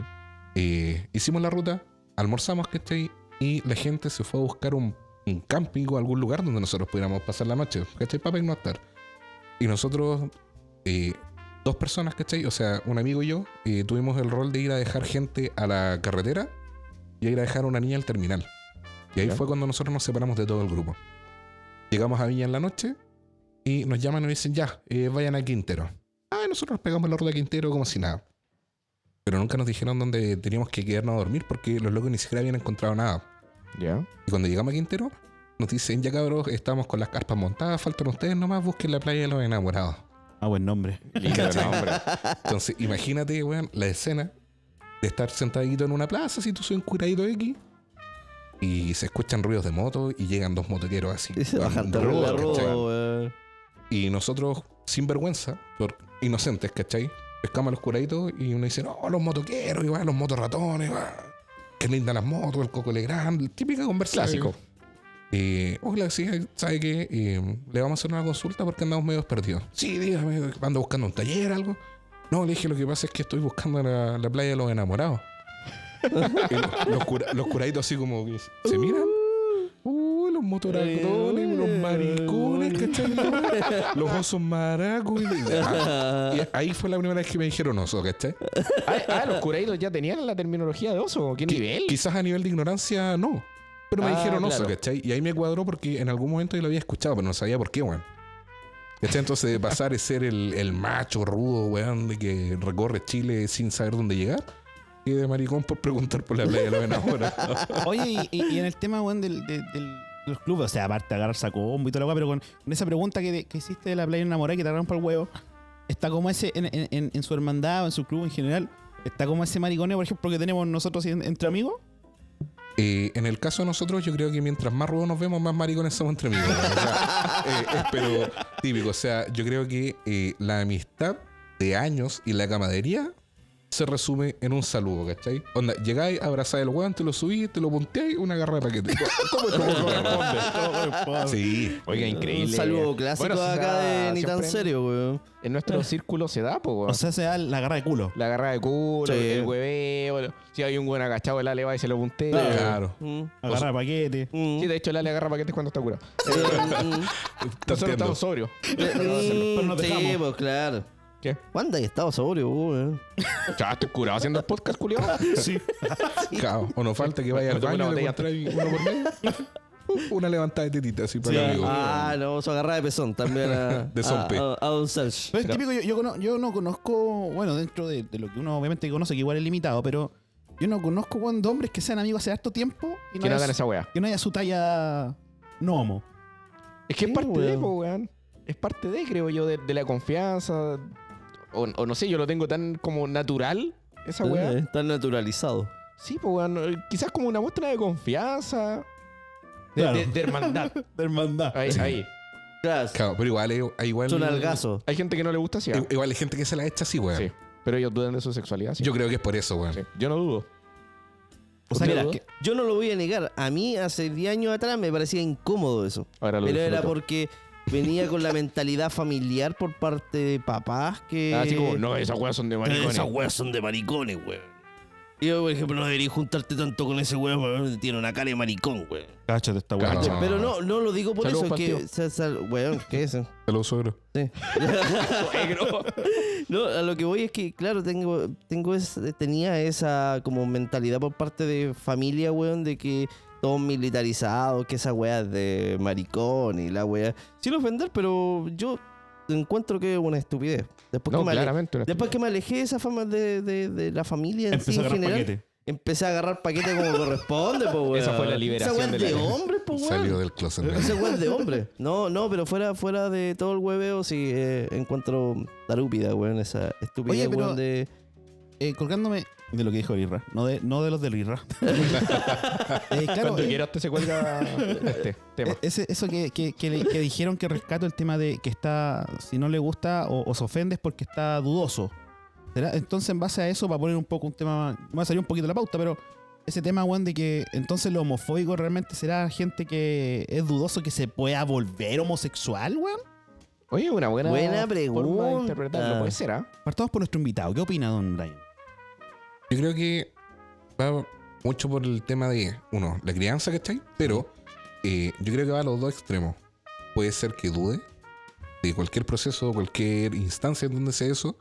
Eh, hicimos la ruta, almorzamos, ¿cachai? Y la gente se fue a buscar un, un camping o algún lugar donde nosotros pudiéramos pasar la noche, ¿cachai? Para pernoctar. Y nosotros, eh, dos personas, ¿cachai? O sea, un amigo y yo, eh, tuvimos el rol de ir a dejar gente a la carretera y a ir a dejar a una niña al terminal. Y ahí
Ya.
fue cuando nosotros nos separamos de todo el grupo. Llegamos a Viña en la noche y nos llaman y nos dicen, ya, eh, vayan a Quintero. Ah, y nosotros pegamos la ruta a Quintero como si nada. Pero nunca nos dijeron dónde teníamos que quedarnos a dormir porque los locos ni siquiera habían encontrado nada.
¿Ya?
Y cuando llegamos a Quintero, nos dicen, ya cabros, estamos con las carpas montadas, faltan ustedes nomás, busquen la playa de los enamorados.
Ah, buen nombre.
Lindo nombre.
Entonces, imagínate, weón, la escena de estar sentadito en una plaza, si tú soy un curadito X, y se escuchan ruidos de moto y llegan dos motoqueros así.
Y se
a
bajan
un
de la
robo,
robo,
¿cachai?
eh.
weón.
Y nosotros, sin vergüenza, por inocentes, ¿cachai? Pescamos a los curaditos y uno dice, no, los motoqueros, y va, los motorratones, va. Qué lindas las motos, el coco Legrand, típica conversación.
Clásico.
Eh, hola, sí, ¿sabe qué? Eh, le vamos a hacer una consulta porque andamos medio perdidos. Sí, dígame, ando buscando un taller, algo. No, le dije, lo que pasa es que estoy buscando la, la playa de los enamorados. Y los, los cura- los curaditos así como que se miran. Uh, los motoratones, los maricones, ¿cachai? Los osos maracos.
Ah,
Y ahí fue la primera vez que me dijeron oso, ¿cachai?
Ah, ah, los curaditos ya tenían la terminología de oso. ¿Qué
Qui-
nivel?
Quizás a nivel de ignorancia no. Pero me
Ah,
dijeron oso,
claro.
¿cachai? Y ahí me cuadró porque en algún momento yo lo había escuchado, pero no sabía por qué, weón. ¿Cachai? Entonces de pasar de ser el, el macho rudo, weón, de que recorre Chile sin saber dónde llegar. Y de maricón por preguntar por la playa de la Venahora.
Oye, y, y- y en el tema, weón, del, del- del- de los clubes, o sea, aparte de agarrarse a combo y toda la weá, pero con, con esa pregunta que, que hiciste de la playa enamorada que te agarraron para el huevo, está como ese, en, en- en- en su hermandad o en su club en general, está como ese mariconeo, por ejemplo, que tenemos nosotros en- entre amigos.
Eh, en el caso de nosotros, yo creo que mientras más rudos nos vemos, más maricones somos entre amigos. weón. O sea, eh, es pero típico. O sea, yo creo que eh, la amistad de años y la camaradería se resume en un saludo, ¿cachai? Onda, llegáis, abrazáis el weón, te lo subís, te lo punteáis, una garra de paquete. ¿Cómo, cómo, corresponde? Sí.
Oiga, increíble.
Un saludo clásico
Bueno,
acá de ni tan
siempre en-
serio, weón.
En nuestro círculo se da, po, weón.
O sea, se da la garra de culo.
la garra de culo,
Sí.
el hueveo. lo- Si hay un buen agachado, el Ale va y se lo puntea.
Claro.
Mm,
Agarra paquete.
mm.
Sí, de hecho, el Ale agarra paquetes cuando está curado.
Mm, mm.
Te
Nosotros
entiendo.
estamos sobrios.
pero nos
Sí,
dejamos.
pues claro.
¿Qué?
¿Cuándo hay estado sobrio, weón?
Ya, estoy curado haciendo el podcast, culiado.
Sí.
Claro. O no falta que vaya
Me
al
tomé
baño,
una
le encontráis uno por medio. Una levantada de tetita así para el amigo.
Ah, no, su agarrada de pezón también a,
De zompe.
a, a, a Don Serge.
Pero es típico, yo, yo, cono- yo no conozco, bueno, dentro de, de lo que uno obviamente conoce, que igual es limitado, pero yo no conozco weón, de hombres que sean amigos hace harto tiempo y no,
Que
haya
no hagan
su-
esa weá.
que no haya su talla gnomo.
Es que
Sí,
es parte de,
weón.
po, weón. Es parte de, creo yo, de, de la confianza. O, o no sé, yo lo tengo tan como natural, esa weá.
Eh, Está naturalizado.
Sí, pues, weón. eh, Quizás como una muestra de confianza. De,
Claro.
de- de hermandad.
De hermandad.
Ahí,
Sí.
ahí.
Claro,
Claro, pero igual, eh, igual.
es un algazo.
Hay gente que no le gusta así. ¿ah?
I- Igual hay gente que se la echa así, Eh, weón.
Sí. Pero ellos dudan de su sexualidad. sí.
Yo creo que es por eso, weón.
Sí. Yo no dudo.
O sea,
Yo no
mira,
dudo.
que-
Yo no lo voy a negar. A mí hace 10 años atrás me parecía incómodo eso.
Ahora lo
Pero era
disfruto.
porque venía con la mentalidad familiar por parte de papás que...
Ah, Así como, no, esas weas son de maricones.
Esas weas son de maricones, weón. Y yo, por ejemplo, no debería juntarte tanto con ese weón, porque tiene una cara de maricón, weón.
Cáchate esta
Claro.
weá.
Ah.
Pero no, no lo digo por
Saludos
eso, es
pa'l
que...
tío.
sa- sal- weón, ¿qué es eso?
Te lo uso, bro.
Sí. no, a lo que voy es que, claro, tengo, tengo es- tenía esa como mentalidad por parte de familia, weón, de que todos militarizados, que esa weá es de maricón y la weá. Sin ofender, pero yo encuentro que es una estupidez. Después,
No,
que, me ale-
claramente. una-
después que me alejé de esa fama de, de- de la familia en,
Empezó
sí,
a
en
agarrar
general,
paquete.
empecé a agarrar paquete como corresponde, po, weón.
Esa fue la liberación
Esa weá
de
es
la
de
ley.
hombre, po, weón.
Salió del closet. weón.
Ese weón es de hombre. No, no, pero fuera, fuera de todo el hueveo, sí eh, encuentro tarúpida, weón, esa estupidez,
Oye, pero-
weón, de.
Eh, colgándome de lo que dijo Lirra, no de, no de los del Lirra. Eh, claro,
Cuando
eh,
quieras te se cuelga este tema.
Eh, ese- eso que, que- que le- que dijeron que rescato el tema de que está, si no le gusta o, o se ofende es porque está dudoso. ¿Será? Entonces, en base a eso, para poner un poco un tema, me va a salir un poquito la pauta, pero ese tema, weón, de que entonces lo homofóbico realmente será gente que es dudoso que se pueda volver homosexual, weón.
Oye, una buena,
Buena
forma
pregunta.
de interpretarlo. Puede ser, ¿ah?
Partamos por nuestro invitado. ¿Qué opina, don Brian?
Yo creo que va mucho por el tema de, uno, la crianza, ¿cachai? Pero eh, yo creo que va a los dos extremos. Puede ser que dude de cualquier proceso, cualquier instancia en donde sea eso.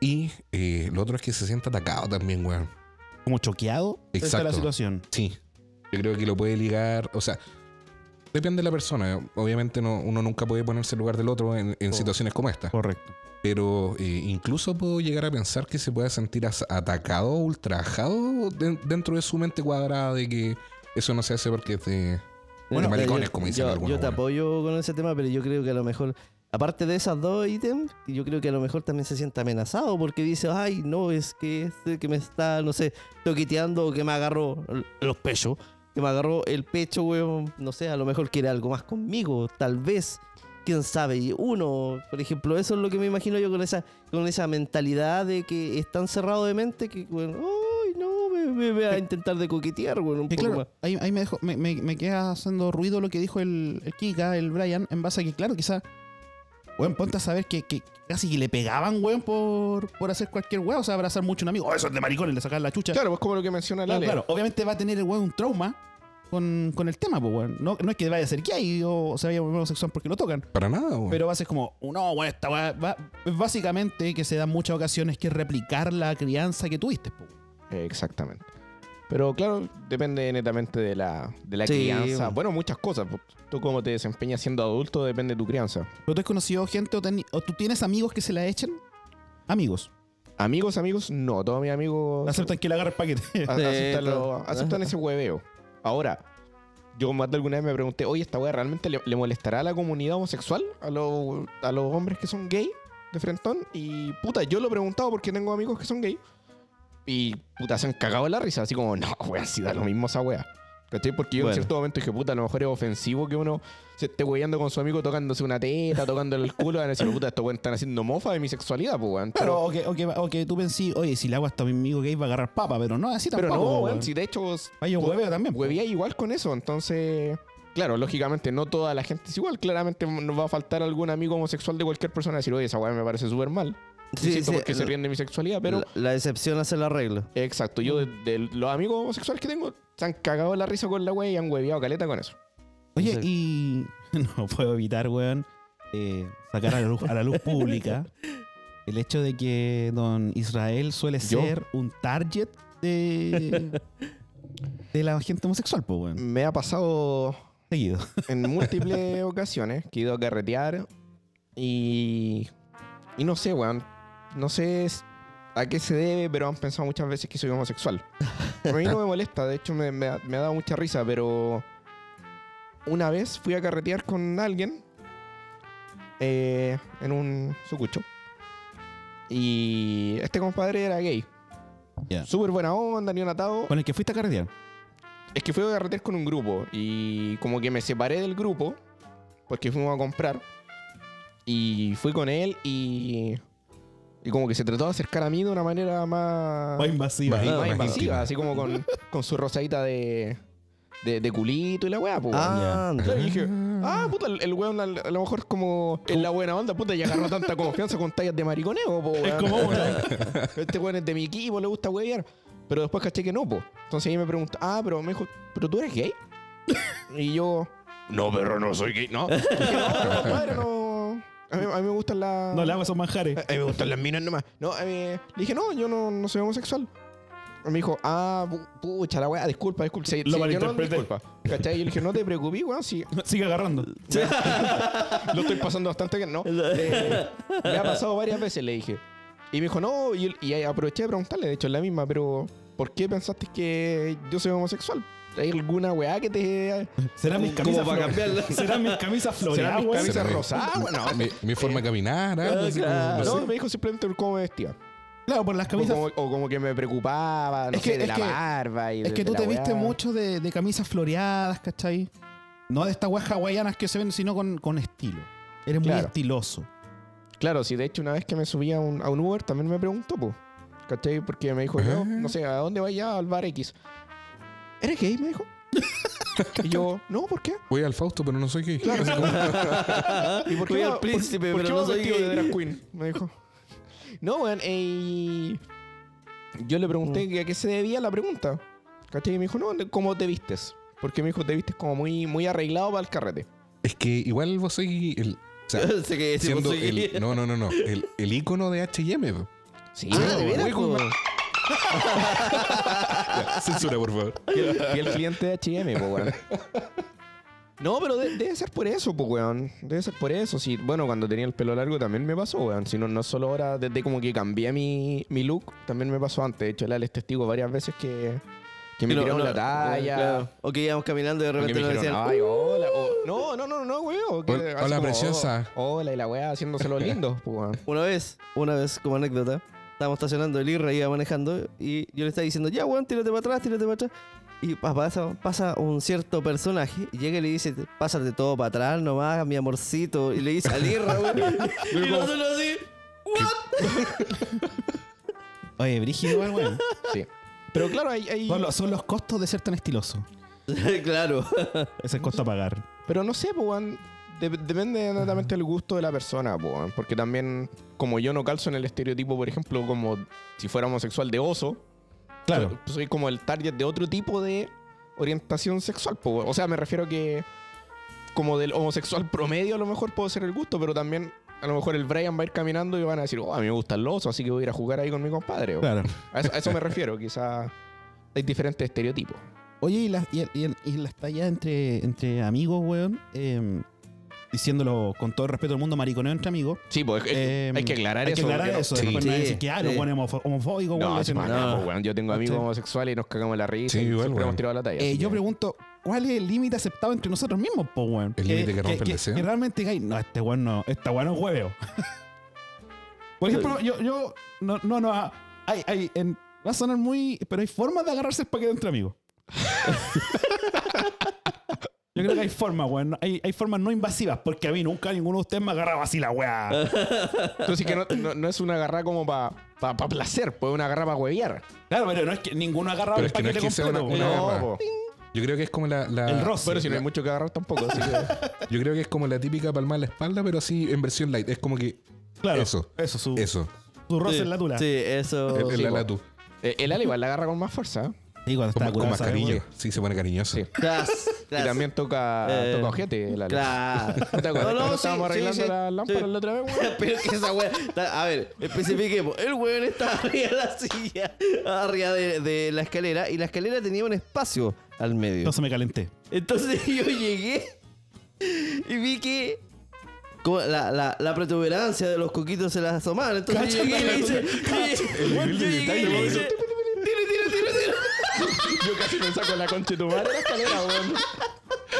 Y eh, lo otro es que se sienta atacado también, weón.
Como choqueado frente a la
Exacto.
situación.
Sí. Yo creo que lo puede ligar. O sea, depende de la persona. Obviamente no, uno nunca puede ponerse en lugar del otro en,
Oh.
en situaciones como esta.
Correcto.
Pero eh, incluso puedo llegar a pensar que se pueda sentir as- atacado, ultrajado de- dentro de su mente cuadrada de que eso no se hace porque es de, de maricones,
eh, yo-
como dicen
yo,
algunos.
Yo te
weón.
apoyo con ese tema, pero yo creo que a lo mejor, aparte de esas dos ítems, yo creo que a lo mejor también se siente amenazado porque dice, ay, no, es que este que me está, no sé, toqueteando o que me agarró los pechos. que me agarró el pecho, weón. No sé, a lo mejor quiere algo más conmigo, tal vez. Quién sabe, y uno, por ejemplo, eso es lo que me imagino yo con esa, con esa mentalidad de que es tan cerrado de mente que, weón, ay, no, me, me voy a intentar de coquetear, weón, un
Y
poco más.
claro, ahí, ahí me, dejó- me, me- me queda haciendo ruido lo que dijo el, el Kika, el Brian, en base a que, claro, quizá, weón, ponte a saber que, que casi que le pegaban, weón, por, por hacer cualquier weón, o sea, abrazar mucho a un amigo. Oh, eso es de maricones, le sacar la chucha.
Claro, pues como lo que menciona
Claro,
Lale.
claro. obviamente va a tener el weón un trauma con, con el tema, pues, weón. No, no es que vaya a ser gay o se vaya a volver homosexual porque lo tocan.
Para nada, weón.
Pero va a ser como, no, weón, esta weá va- es básicamente que se da en muchas ocasiones que es replicar la crianza que tuviste, pues. weón.
Eh, Exactamente. Pero claro, depende netamente de la, de la
Sí,
crianza.
bueno.
Bueno, muchas cosas. pues. Tú cómo te desempeñas siendo adulto depende de tu crianza.
¿Pero tú has conocido gente o, teni- o tú tienes amigos que se la echen? Amigos.
Amigos, amigos, no. Todos mis amigos
Aceptan que le agarre el paquete.
a-
Sí,
aceptan, lo-
claro.
aceptan ese hueveo. Ahora, yo más de alguna vez me pregunté, oye, ¿esta weá realmente le, le molestará a la comunidad homosexual? A, los- a los hombres que son gay de frentón. Y puta, yo lo he preguntado porque tengo amigos que son gay. Y puta, se han cagado de la risa. Así como, no, weón, si da lo mismo esa weá. ¿Cachai? Porque yo
Bueno.
en cierto momento dije, puta, a lo mejor es ofensivo que uno se esté weyando con su amigo tocándose una teta, tocándole el culo. Van a decir, puta, estos weón están haciendo mofa de mi sexualidad, pues weón.
Claro, o que, o que- o que tú pensís, oye, si le hago hasta a mi amigo gay va a agarrar papa, pero no, así
Pero
tampoco.
no,
po,
weón,
weón.
si de hecho
Vaya un hueveo también. pues. po.
huevía igual con eso, entonces... Claro, lógicamente no toda la gente es igual. Claramente nos va a faltar algún amigo homosexual de cualquier persona a decir, oye, esa weá me parece súper mal. Sí, porque se
la-
ríen de mi sexualidad, pero...
la, la excepción hace la regla.
Exacto, yo de, de los amigos homosexuales que tengo se han cagado la risa con la weá y han hueviado caleta con eso.
Oye,
Exacto.
y no puedo evitar, weón, eh, sacar a la, luz, a la luz pública el hecho de que don Israel suele
¿Yo?
ser un target de, de la gente homosexual, pues, weón.
Me ha pasado
Seguido.
en múltiples ocasiones que he ido a carretear y... Y no sé, weón. No sé s- a qué se debe, pero han pensado muchas veces que soy homosexual. A mí no me molesta, de hecho me, me ha, me ha dado mucha risa, pero... Una vez fui a carretear con alguien eh, en un sucucho. Y este compadre era gay.
Ya.
Súper buena onda, ni un atado.
Con el que fuiste a carretear.
Es que fui a carretear con un grupo y como que me separé del grupo porque fuimos a comprar y fui con él y, y como que se trató de acercar a mí de una manera más,
Va invasiva.
Más-
más
más
invasiva,
íntima.
así como con, con su rosadita de, de, de culito y la weá, pues.
Ah, anda.
Claro, y dije, ah, puta, el, el weón al- a lo mejor como en la buena onda, puta, y agarró tanta confianza con tallas de mariconeo, po, weón. Este weón es de mi equipo, le gusta huevear. Pero después caché que no, po. Entonces ahí me preguntó, ah, pero me dijo, ¿pero tú eres gay? Y yo, no, pero no soy gay, no. Dije, no, no, compadre, no. A mí, a mí me gustan las...
No le hago esos manjares.
A mí me gustan las minas nomás. No, a mí- le dije, no, yo no, no soy homosexual. Me dijo, ah, pu- pucha, la weá, disculpa, disculpa.
Lo
Sí, sí, yo no,
malinterpreté.
disculpa. ¿Cachai? Y yo le dije, no te preocupes, weón, si
Sigue agarrando.
lo estoy pasando bastante bien, ¿no? Eh, me ha pasado varias veces, le dije. Y me dijo, no, y, y ahí aproveché de preguntarle, de hecho es la misma, pero ¿por qué pensaste que yo soy homosexual? ¿Hay alguna weá que te...
Será mis
Como
camisas
para
flores.
cambiarla.
Será mis camisas
¿Será
floreadas,
mis
weón.
camisa-
camisas
Será-
rosadas? Bueno,
mi, mi forma de caminar, algo así como,
Claro.
no sé.
no, me dijo simplemente cómo me vestía.
Claro, por las
O
camisas.
como, o como que me preocupaba, no
Es que-
sé, de
es
la
que-
barba y
Es
de-
que
de
tú
la
te
weá.
viste mucho de, de camisas floreadas, ¿cachai? No de estas weas hawaianas que se ven, sino con, con estilo. Eres muy
Claro.
estiloso.
Claro, sí, de hecho una vez que me subí a un, a un Uber también me preguntó, po. ¿Cachai? Porque me dijo, yo,
Ajá.
no sé, ¿a dónde vaya al bar X? ¿Eres gay? Me dijo. y yo, no, ¿por qué?
Voy al Fausto, pero no soy gay.
¿Y por
Voy
va-
al príncipe,
por- por
pero
qué
no
va
soy
vestido
gay.
este, de drag queen? Me dijo. No, weón, eh, yo le pregunté que a qué se debía la pregunta. ¿Cachai? Y me dijo, no, de ¿cómo te vistes? Porque me dijo, te vistes como muy, muy arreglado para el carrete.
Es que igual vos soy el... o sea,
Sé que si
siendo
vos soy
el...
gay.
No, no, no, no. El, el ícono de H&M. po.
Sí,
Ah, de
weón.
veras,
Hueco,
po.
weón. Ya, Censura, por favor.
Fiel, fiel cliente de H&M, po, weón. No, pero de- debe ser por eso, po, weón. Debe ser por eso. Sí, bueno, cuando tenía el pelo largo también me pasó, weón. Si no, no es solo ahora, desde como que cambié mi, mi look, también me pasó antes. De hecho, él es testigo varias veces que, que me
No,
tiraron
no,
la talla.
claro. O que íbamos caminando y de
Porque
repente
me
nos
dijeron,
decían,
"Ay, hola. o- "Uh". no, no, no, no, weón. que
Hola,
así
preciosa.
"Oh, hola, y la weá haciéndoselo lindo, po, weón.
Una vez, una vez como anécdota, Estábamos estacionando, el Irra iba manejando y yo le estaba diciendo, ya, weón, tírate para atrás, tírate para atrás. Y pa- pasa, pasa un cierto personaje y llega y le dice, pásate todo para atrás nomás, mi amorcito. Y le dice al Irra, weón. y nosotros así,
Oye, brígido igual, weón.
Sí. Pero claro, hay, hay-
Son los- Son los costos de ser tan estiloso.
¿what? claro.
Es el costo a pagar.
Pero no sé, po, weón. Dep- depende netamente del gusto de la persona, po, weón. Porque también, como yo no calzo en el estereotipo, por ejemplo, como si fuera homosexual de oso,
Claro.
soy, soy como el target de otro tipo de orientación sexual, po, weón. O sea, me refiero que como del homosexual promedio a lo mejor puedo ser el gusto, pero también a lo mejor el Brian va a ir caminando y van a decir, oh, a mí me gustan los osos, así que voy a ir a jugar ahí con mi compadre. weón.
Claro.
A, eso, a eso me refiero, quizás hay diferentes estereotipos.
Oye, y las, y, el- y el- y las tallas entre, entre amigos, weón. eh, diciéndolo con todo el respeto del mundo, mariconeo entre amigos.
Sí, pues es- es-
eh,
hay que aclarar
hay
eso.
que aclarar
porque no-
eso.
Sí.
Después
Sí,
no van a decir que, ah, los
sí.
weones homofo- homofóbicos, weón.
No, sí,
dicen, "Ah".
para
"No".
nada, po, weón. Yo tengo amigos
¿Cachai?
homosexuales y nos cagamos la risa.
Sí,
y
igual,
siempre
weón.
hemos tirado la talla.
Eh,
así
yo
que-
pregunto, ¿cuál es el límite aceptado entre nosotros mismos, po, weón? Eh,
El límite que rompe el deseo.
Que realmente digáis, no, este weón no, esta weón no es hueveo. Por ejemplo, yo, yo, no, no, no, ah, hay, hay, en- va a sonar muy, pero hay formas de agarrarse el paquete entre amigos. Yo creo que hay formas, weón. no- Hay, hay formas no invasivas, porque a mí nunca ninguno de ustedes me agarraba así la weá.
Entonces, que no, no- no es una agarra como para pa, pa placer, pues es una agarra para huevear.
Claro, pero no es que ninguno agarraba
Pero
el
es que no es
paquete
que sea una,
completo.
una
weón.
No,
garra.
po.
Yo creo que es como la. la-
El roce.
Pero si no hay mucho que agarrar tampoco. así que-
Yo creo que es como la típica palma en la espalda, pero así en versión light. Es como que.
Claro,
Eso.
Eso, su,
Eso.
su roce
Sí,
en la tula.
Sí, eso.
el, el
sí,
ala
po.
tú.
Eh, el ala igual la agarra con más fuerza. ¿eh?
Sí, cuando
Con,
está
con
curado,
más
sabe,
cariño.
weón.
Sí, se pone cariñoso.
Sí.
Clas,
Y
clas.
también toca,
Eh,
toca ojete el ala.
Claro.
¿No te acuerdas?
No, no,
Cuando
sí,
estábamos
sí,
arreglando
sí,
la lámpara
sí.
la otra vez, weón.
Pero que esa wea. está- a ver, especifiquemos. El weón estaba arriba de la silla, arriba de, de la escalera, y la escalera tenía un espacio al medio.
Entonces me calenté.
Entonces yo llegué y vi que. como La, la, la protuberancia de los coquitos se las asomaban. Entonces
Cacha,
llegué y le hice.
El
yo
nivel de
llegué
detalle,
y le
weón.
hice. Tiro, tiro, tiro, tiro.
Yo casi me saco la concha de tu madre en la escalera, weón.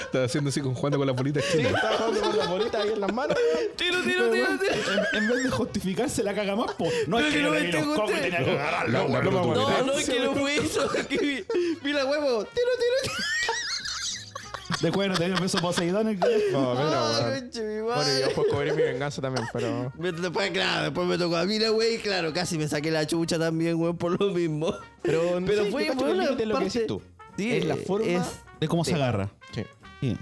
Estaba haciendo así con Juana con las bolitas
Sí,
chinas.
estaba jugando con las bolitas ahí en las manos, weón.
Tiro, tiro, tiro, tiro.
En, en vez de justificarse la caga más, po. No es
Pero
que
que
yo
no
le
me
vi los
tengo
cocos y
usted.
tenía que agarrarlo.
La- la broma, weón.
eh.
No, no, es que no fue eso. que vi, vi la huevo. Tiro, tiro, tiro.
De acuerdo, tenía un beso Poseidón. el-
No, pero,
Ay,
weón.
Ah, conche, mi
Bueno,
madre.
y yo puedo cubrir mi venganza también, pero.
Me- Después, claro, después me tocó a mí la güey, claro, casi me saqué la chucha también, güey, por lo mismo.
Pero, no
Pero
sé,
fue-
yo cacho
fue
que el
la
límite es lo que
parte-
decís tú.
Sí,
es la
eh,
forma.
es-
De cómo se agarra.
Sí.
Sí.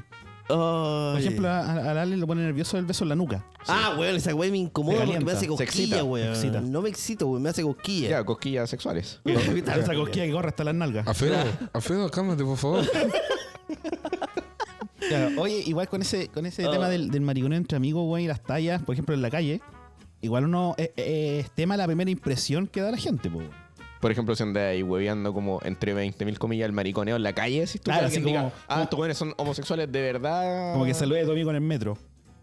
Por ejemplo, ah, a, a- a Lale le pone nervioso el beso en la nuca.
Ah, güey, esa güey me
Se
incomoda porque
calienta,
me
se
hace
excita,
cosquilla,
se excita.
güey. No me excito, güey, me hace cosquilla.
Ya, cosquillas sexuales.
Esa cosquilla que corre hasta las nalgas.
Ah.
Afedo, Afedo, cálmate, por favor.
Claro, Oye, igual con ese, con ese
Oh.
tema del, del mariconeo entre amigos, güey, y las tallas, por ejemplo, en la calle, igual uno eh, eh, es tema la primera impresión que da la gente, po.
Por ejemplo, si andas ahí hueveando como entre 20.000 comillas el mariconeo en la calle, si tú
Claro,
que
así
alguien diga,
como-
ah, estos jóvenes son homosexuales de verdad.
Como que salude a tu amigo en el metro.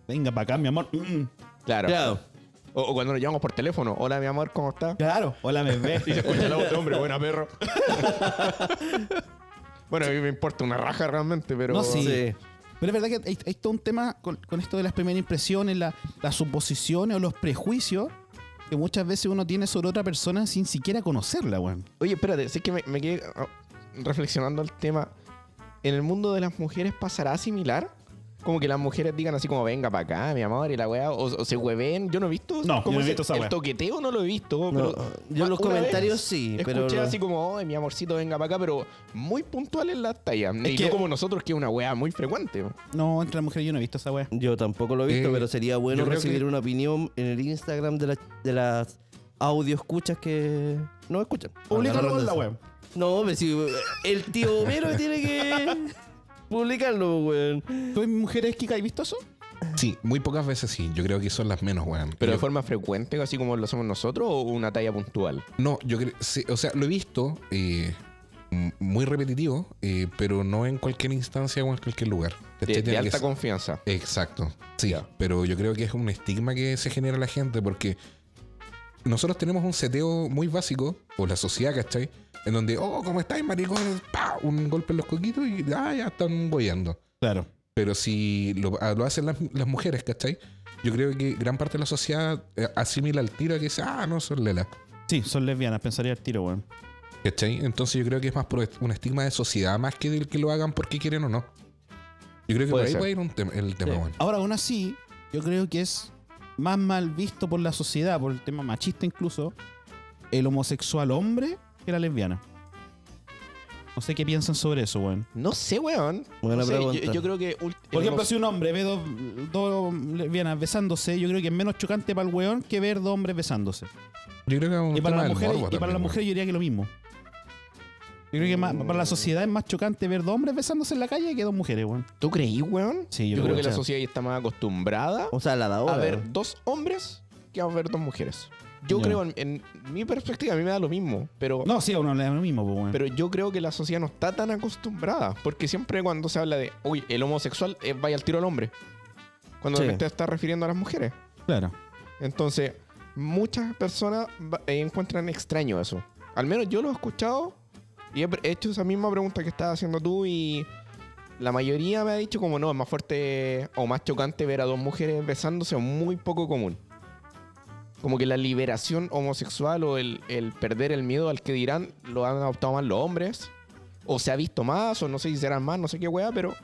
Venga para acá, mi amor. Mm,
Claro.
Claro.
O, o cuando nos llamamos por teléfono, hola mi amor, ¿cómo estás?
claro. Hola, me
Y se
ves.
escucha la voz de hombre, buena perro. bueno, a mí me importa una raja realmente, pero.
No, sí.
Sí.
Pero es verdad que hay, hay todo un tema con, con esto de las primeras impresiones, la- las suposiciones o los prejuicios que muchas veces uno tiene sobre otra persona sin siquiera conocerla, weón.
Oye, espérate, sé que me, me quedé ah, reflexionando el tema. ¿En el mundo de las mujeres pasará similar? Como que las mujeres digan así como, venga para acá, mi amor, y la weá, o, o se hueven. Yo no he visto.
No, yo
como
no he
ese-
visto esa
El
weá.
toqueteo no lo he visto.
No,
pero-
yo en los
Una
comentarios
vez
sí,
Escuché
pero no-
así como, "Ay, mi amorcito, venga para acá, pero muy puntual en las tallas. y
que-
no como nosotros, que es una weá muy frecuente.
No, entre las mujeres yo no he visto esa weá.
Yo tampoco lo he visto,
Eh,
pero sería bueno
yo creo
recibir
que-
una opinión en el Instagram de, la- de las audio escuchas que no escuchan.
Publícalo en
en
la web.
No, pero si eh, el tío Homero tiene que publicarlo, weón.
¿Tú mujeres Kika has visto eso?
Sí, muy pocas veces sí. Yo creo que son las menos, weón.
Pero
Yo-
de forma frecuente, así como lo hacemos nosotros, o una talla puntual.
No, yo creo. sí, o sea, lo he visto eh, m- muy repetitivo, eh, pero no en cualquier instancia o en cualquier lugar.
Este
De,
¿Cachai?
de
Tiene que
alta
ser-
confianza.
Exacto. Sí,
Ya.
pero yo creo que es un estigma que se genera la gente porque nosotros tenemos un seteo muy básico, o la sociedad, ¿cachai? En donde, oh, ¿cómo estáis, maricones? ¡Pah! Un golpe en los coquitos y ah, ya están goyando.
Claro.
Pero si lo, a- lo hacen las, las mujeres, ¿cachai? Yo creo que gran parte de la sociedad eh, asimila el tiro que dice, ah, no, son lelas.
Sí, son lesbianas, pensaría el tiro, weón.
¿Cachai? Entonces yo creo que es más por est- un estigma de sociedad más que del que lo hagan porque quieren o no. Yo creo
Puede
que por ahí
ser.
puede ir un tema- el tema,
Sí.
bueno.
Ahora, aún así, yo creo que es más mal visto por la sociedad, por el tema machista incluso, el homosexual hombre que la lesbiana. No sé qué piensan sobre eso, weón.
No sé, weón.
Buena
No sé, yo-
pregunta.
Yo, creo que. ult-
Por
el
ejemplo,
homo-
si un hombre ve dos, dos lesbianas besándose, yo creo que es menos chocante para el weón que ver dos hombres besándose.
Yo creo que es un
Y para
tema
las
del
mujeres,
morbo
y para
también,
las
weón.
mujeres yo diría que lo mismo. Yo creo que más- para la sociedad es más chocante ver dos hombres besándose en la calle que dos mujeres, weón.
¿Tú creí, weón?
Sí, yo
yo, creo
creo
que la
que-
sociedad ya está más acostumbrada
O sea, la de ahora.
a ver dos hombres que a ver dos mujeres. Yo
Ya.
creo, en, en mi perspectiva, a mí me da lo mismo, pero,
No, sí, a uno le da lo mismo, pues, weón.
pero yo creo que la sociedad no está tan acostumbrada, porque siempre cuando se habla de, uy, el homosexual eh, vaya al tiro al hombre, cuando
Sí.
te estás refiriendo a las mujeres.
claro.
Entonces, muchas personas va- eh, encuentran extraño eso. Al menos yo lo he escuchado y he pre- hecho esa misma pregunta que estabas haciendo tú y la mayoría me ha dicho como no, es más fuerte o más chocante ver a dos mujeres besándose o muy poco común. Como que la liberación homosexual o el, el perder el miedo al que dirán lo han adoptado más los hombres. O se ha visto más, o no sé si serán más, no sé qué weá, pero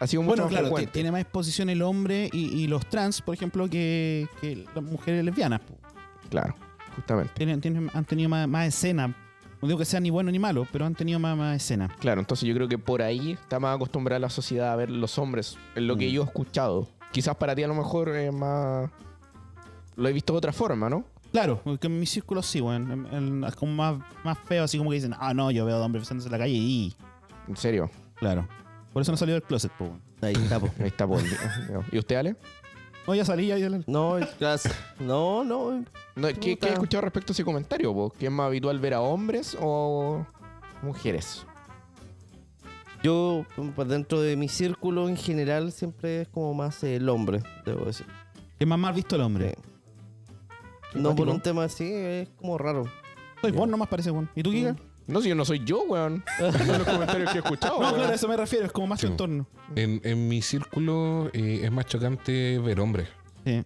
ha sido mucho
Bueno,
más
claro, ti-
frecuente.
tiene más exposición el hombre y, y los trans, por ejemplo, que, que las mujeres lesbianas. po.
Claro, justamente.
Tienen, tienen- han tenido más, más escena. No digo que sea ni bueno ni malo, pero han tenido más, más escena.
Claro, entonces yo creo que por ahí está más acostumbrada la sociedad a ver los hombres, es lo que
Mm.
yo he escuchado. Quizás para ti a lo mejor es más... Lo he visto de otra forma, ¿no?
Claro, porque en mi círculo sí, weón. en- en- es como más, más feo, así como que dicen, ah, no, yo veo a hombres besándose en la calle y.
En serio.
Claro. Por eso no salió del closet, po, weón.
Ahí está, po.
Ahí está Paul. eh, ¿Y usted, Ale?
No, ya salí, ya, ya-
No, gracias. No, no.
No, ¿qué, qué
Puta.
he escuchado respecto a ese comentario? po? ¿Que es más habitual ver a hombres o mujeres?
Yo, pues, dentro de mi círculo en general, siempre es como más eh, el hombre, debo decir.
Es más mal visto el hombre.
Sí. No por
Simpático.
un tema así, es como raro.
Soy vos nomás parece, weón. ¿Y tú, Kika?
No, si yo no soy yo, weón. Son los comentarios que he escuchado.
No,
weón.
claro, a eso me refiero, es como más
Sí,
tu
po.
entorno.
En, en mi círculo eh, es más chocante ver hombres.
Sí.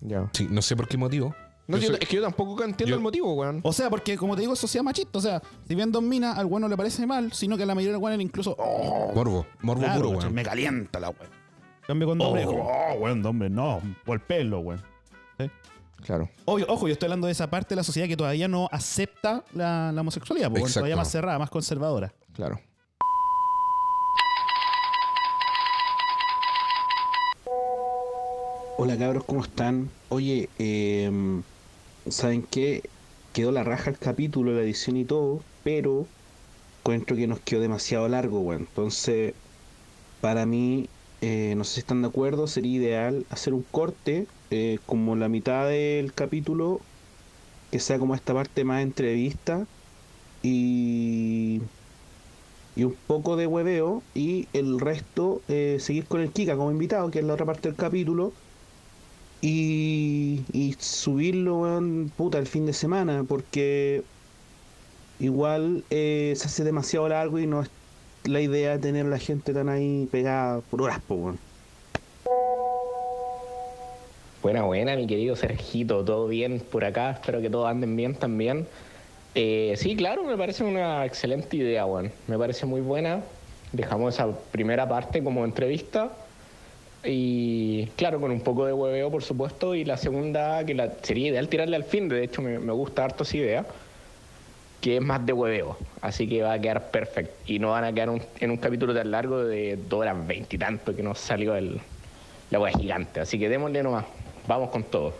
Ya.
Sí, no sé por qué motivo.
No,
Yo
si yo-
soy-
es que yo tampoco entiendo
yo-
el motivo, weón.
O sea, porque como te digo, es sociedad machista. O sea, si bien dos minas, al bueno le parece mal, sino que a la mayoría del bueno incluso. Oh,
Morbo, morbo
claro,
puro,
¿cachai?
weón.
Me calienta la weón. Cambio con hombre, como, oh, weón, hombre, no, golpéelo, weón.
Claro.
Obvio, ojo, yo estoy hablando de esa parte de la sociedad que todavía no acepta la, la homosexualidad, porque
Exacto.
todavía más cerrada, más conservadora.
Claro.
Hola cabros, ¿cómo están? Oye, em, ¿saben qué? Quedó la raja el capítulo, la edición y todo, pero encuentro que nos quedó demasiado largo, weón. Entonces, para mí, eh, no sé si están de acuerdo, sería ideal hacer un corte, eh, como la mitad del capítulo, que sea como esta parte más entrevista y, y un poco de hueveo, y el resto eh, seguir con el Kika como invitado, que es la otra parte del capítulo y, y subirlo, weón, puta, el fin de semana, porque igual eh, se hace demasiado largo y no es la idea tener a la gente tan ahí pegada por horas, po, weón.
Buena, buena, mi querido Sergito, todo bien por acá, espero que todos anden bien también. Eh, sí, claro, me parece una excelente idea, weón. Me parece muy buena. Dejamos esa primera parte como entrevista. Y claro, con un poco de hueveo, por supuesto. Y la segunda, que la, sería ideal tirarle al fin, de hecho me, me gusta harto esa idea, que es más de hueveo. Así que va a quedar perfecto. Y no van a quedar un- en un capítulo tan largo de 2 horas 20 y tanto que nos salió el, la hueá gigante. Así que démosle nomás. Vamos con todo.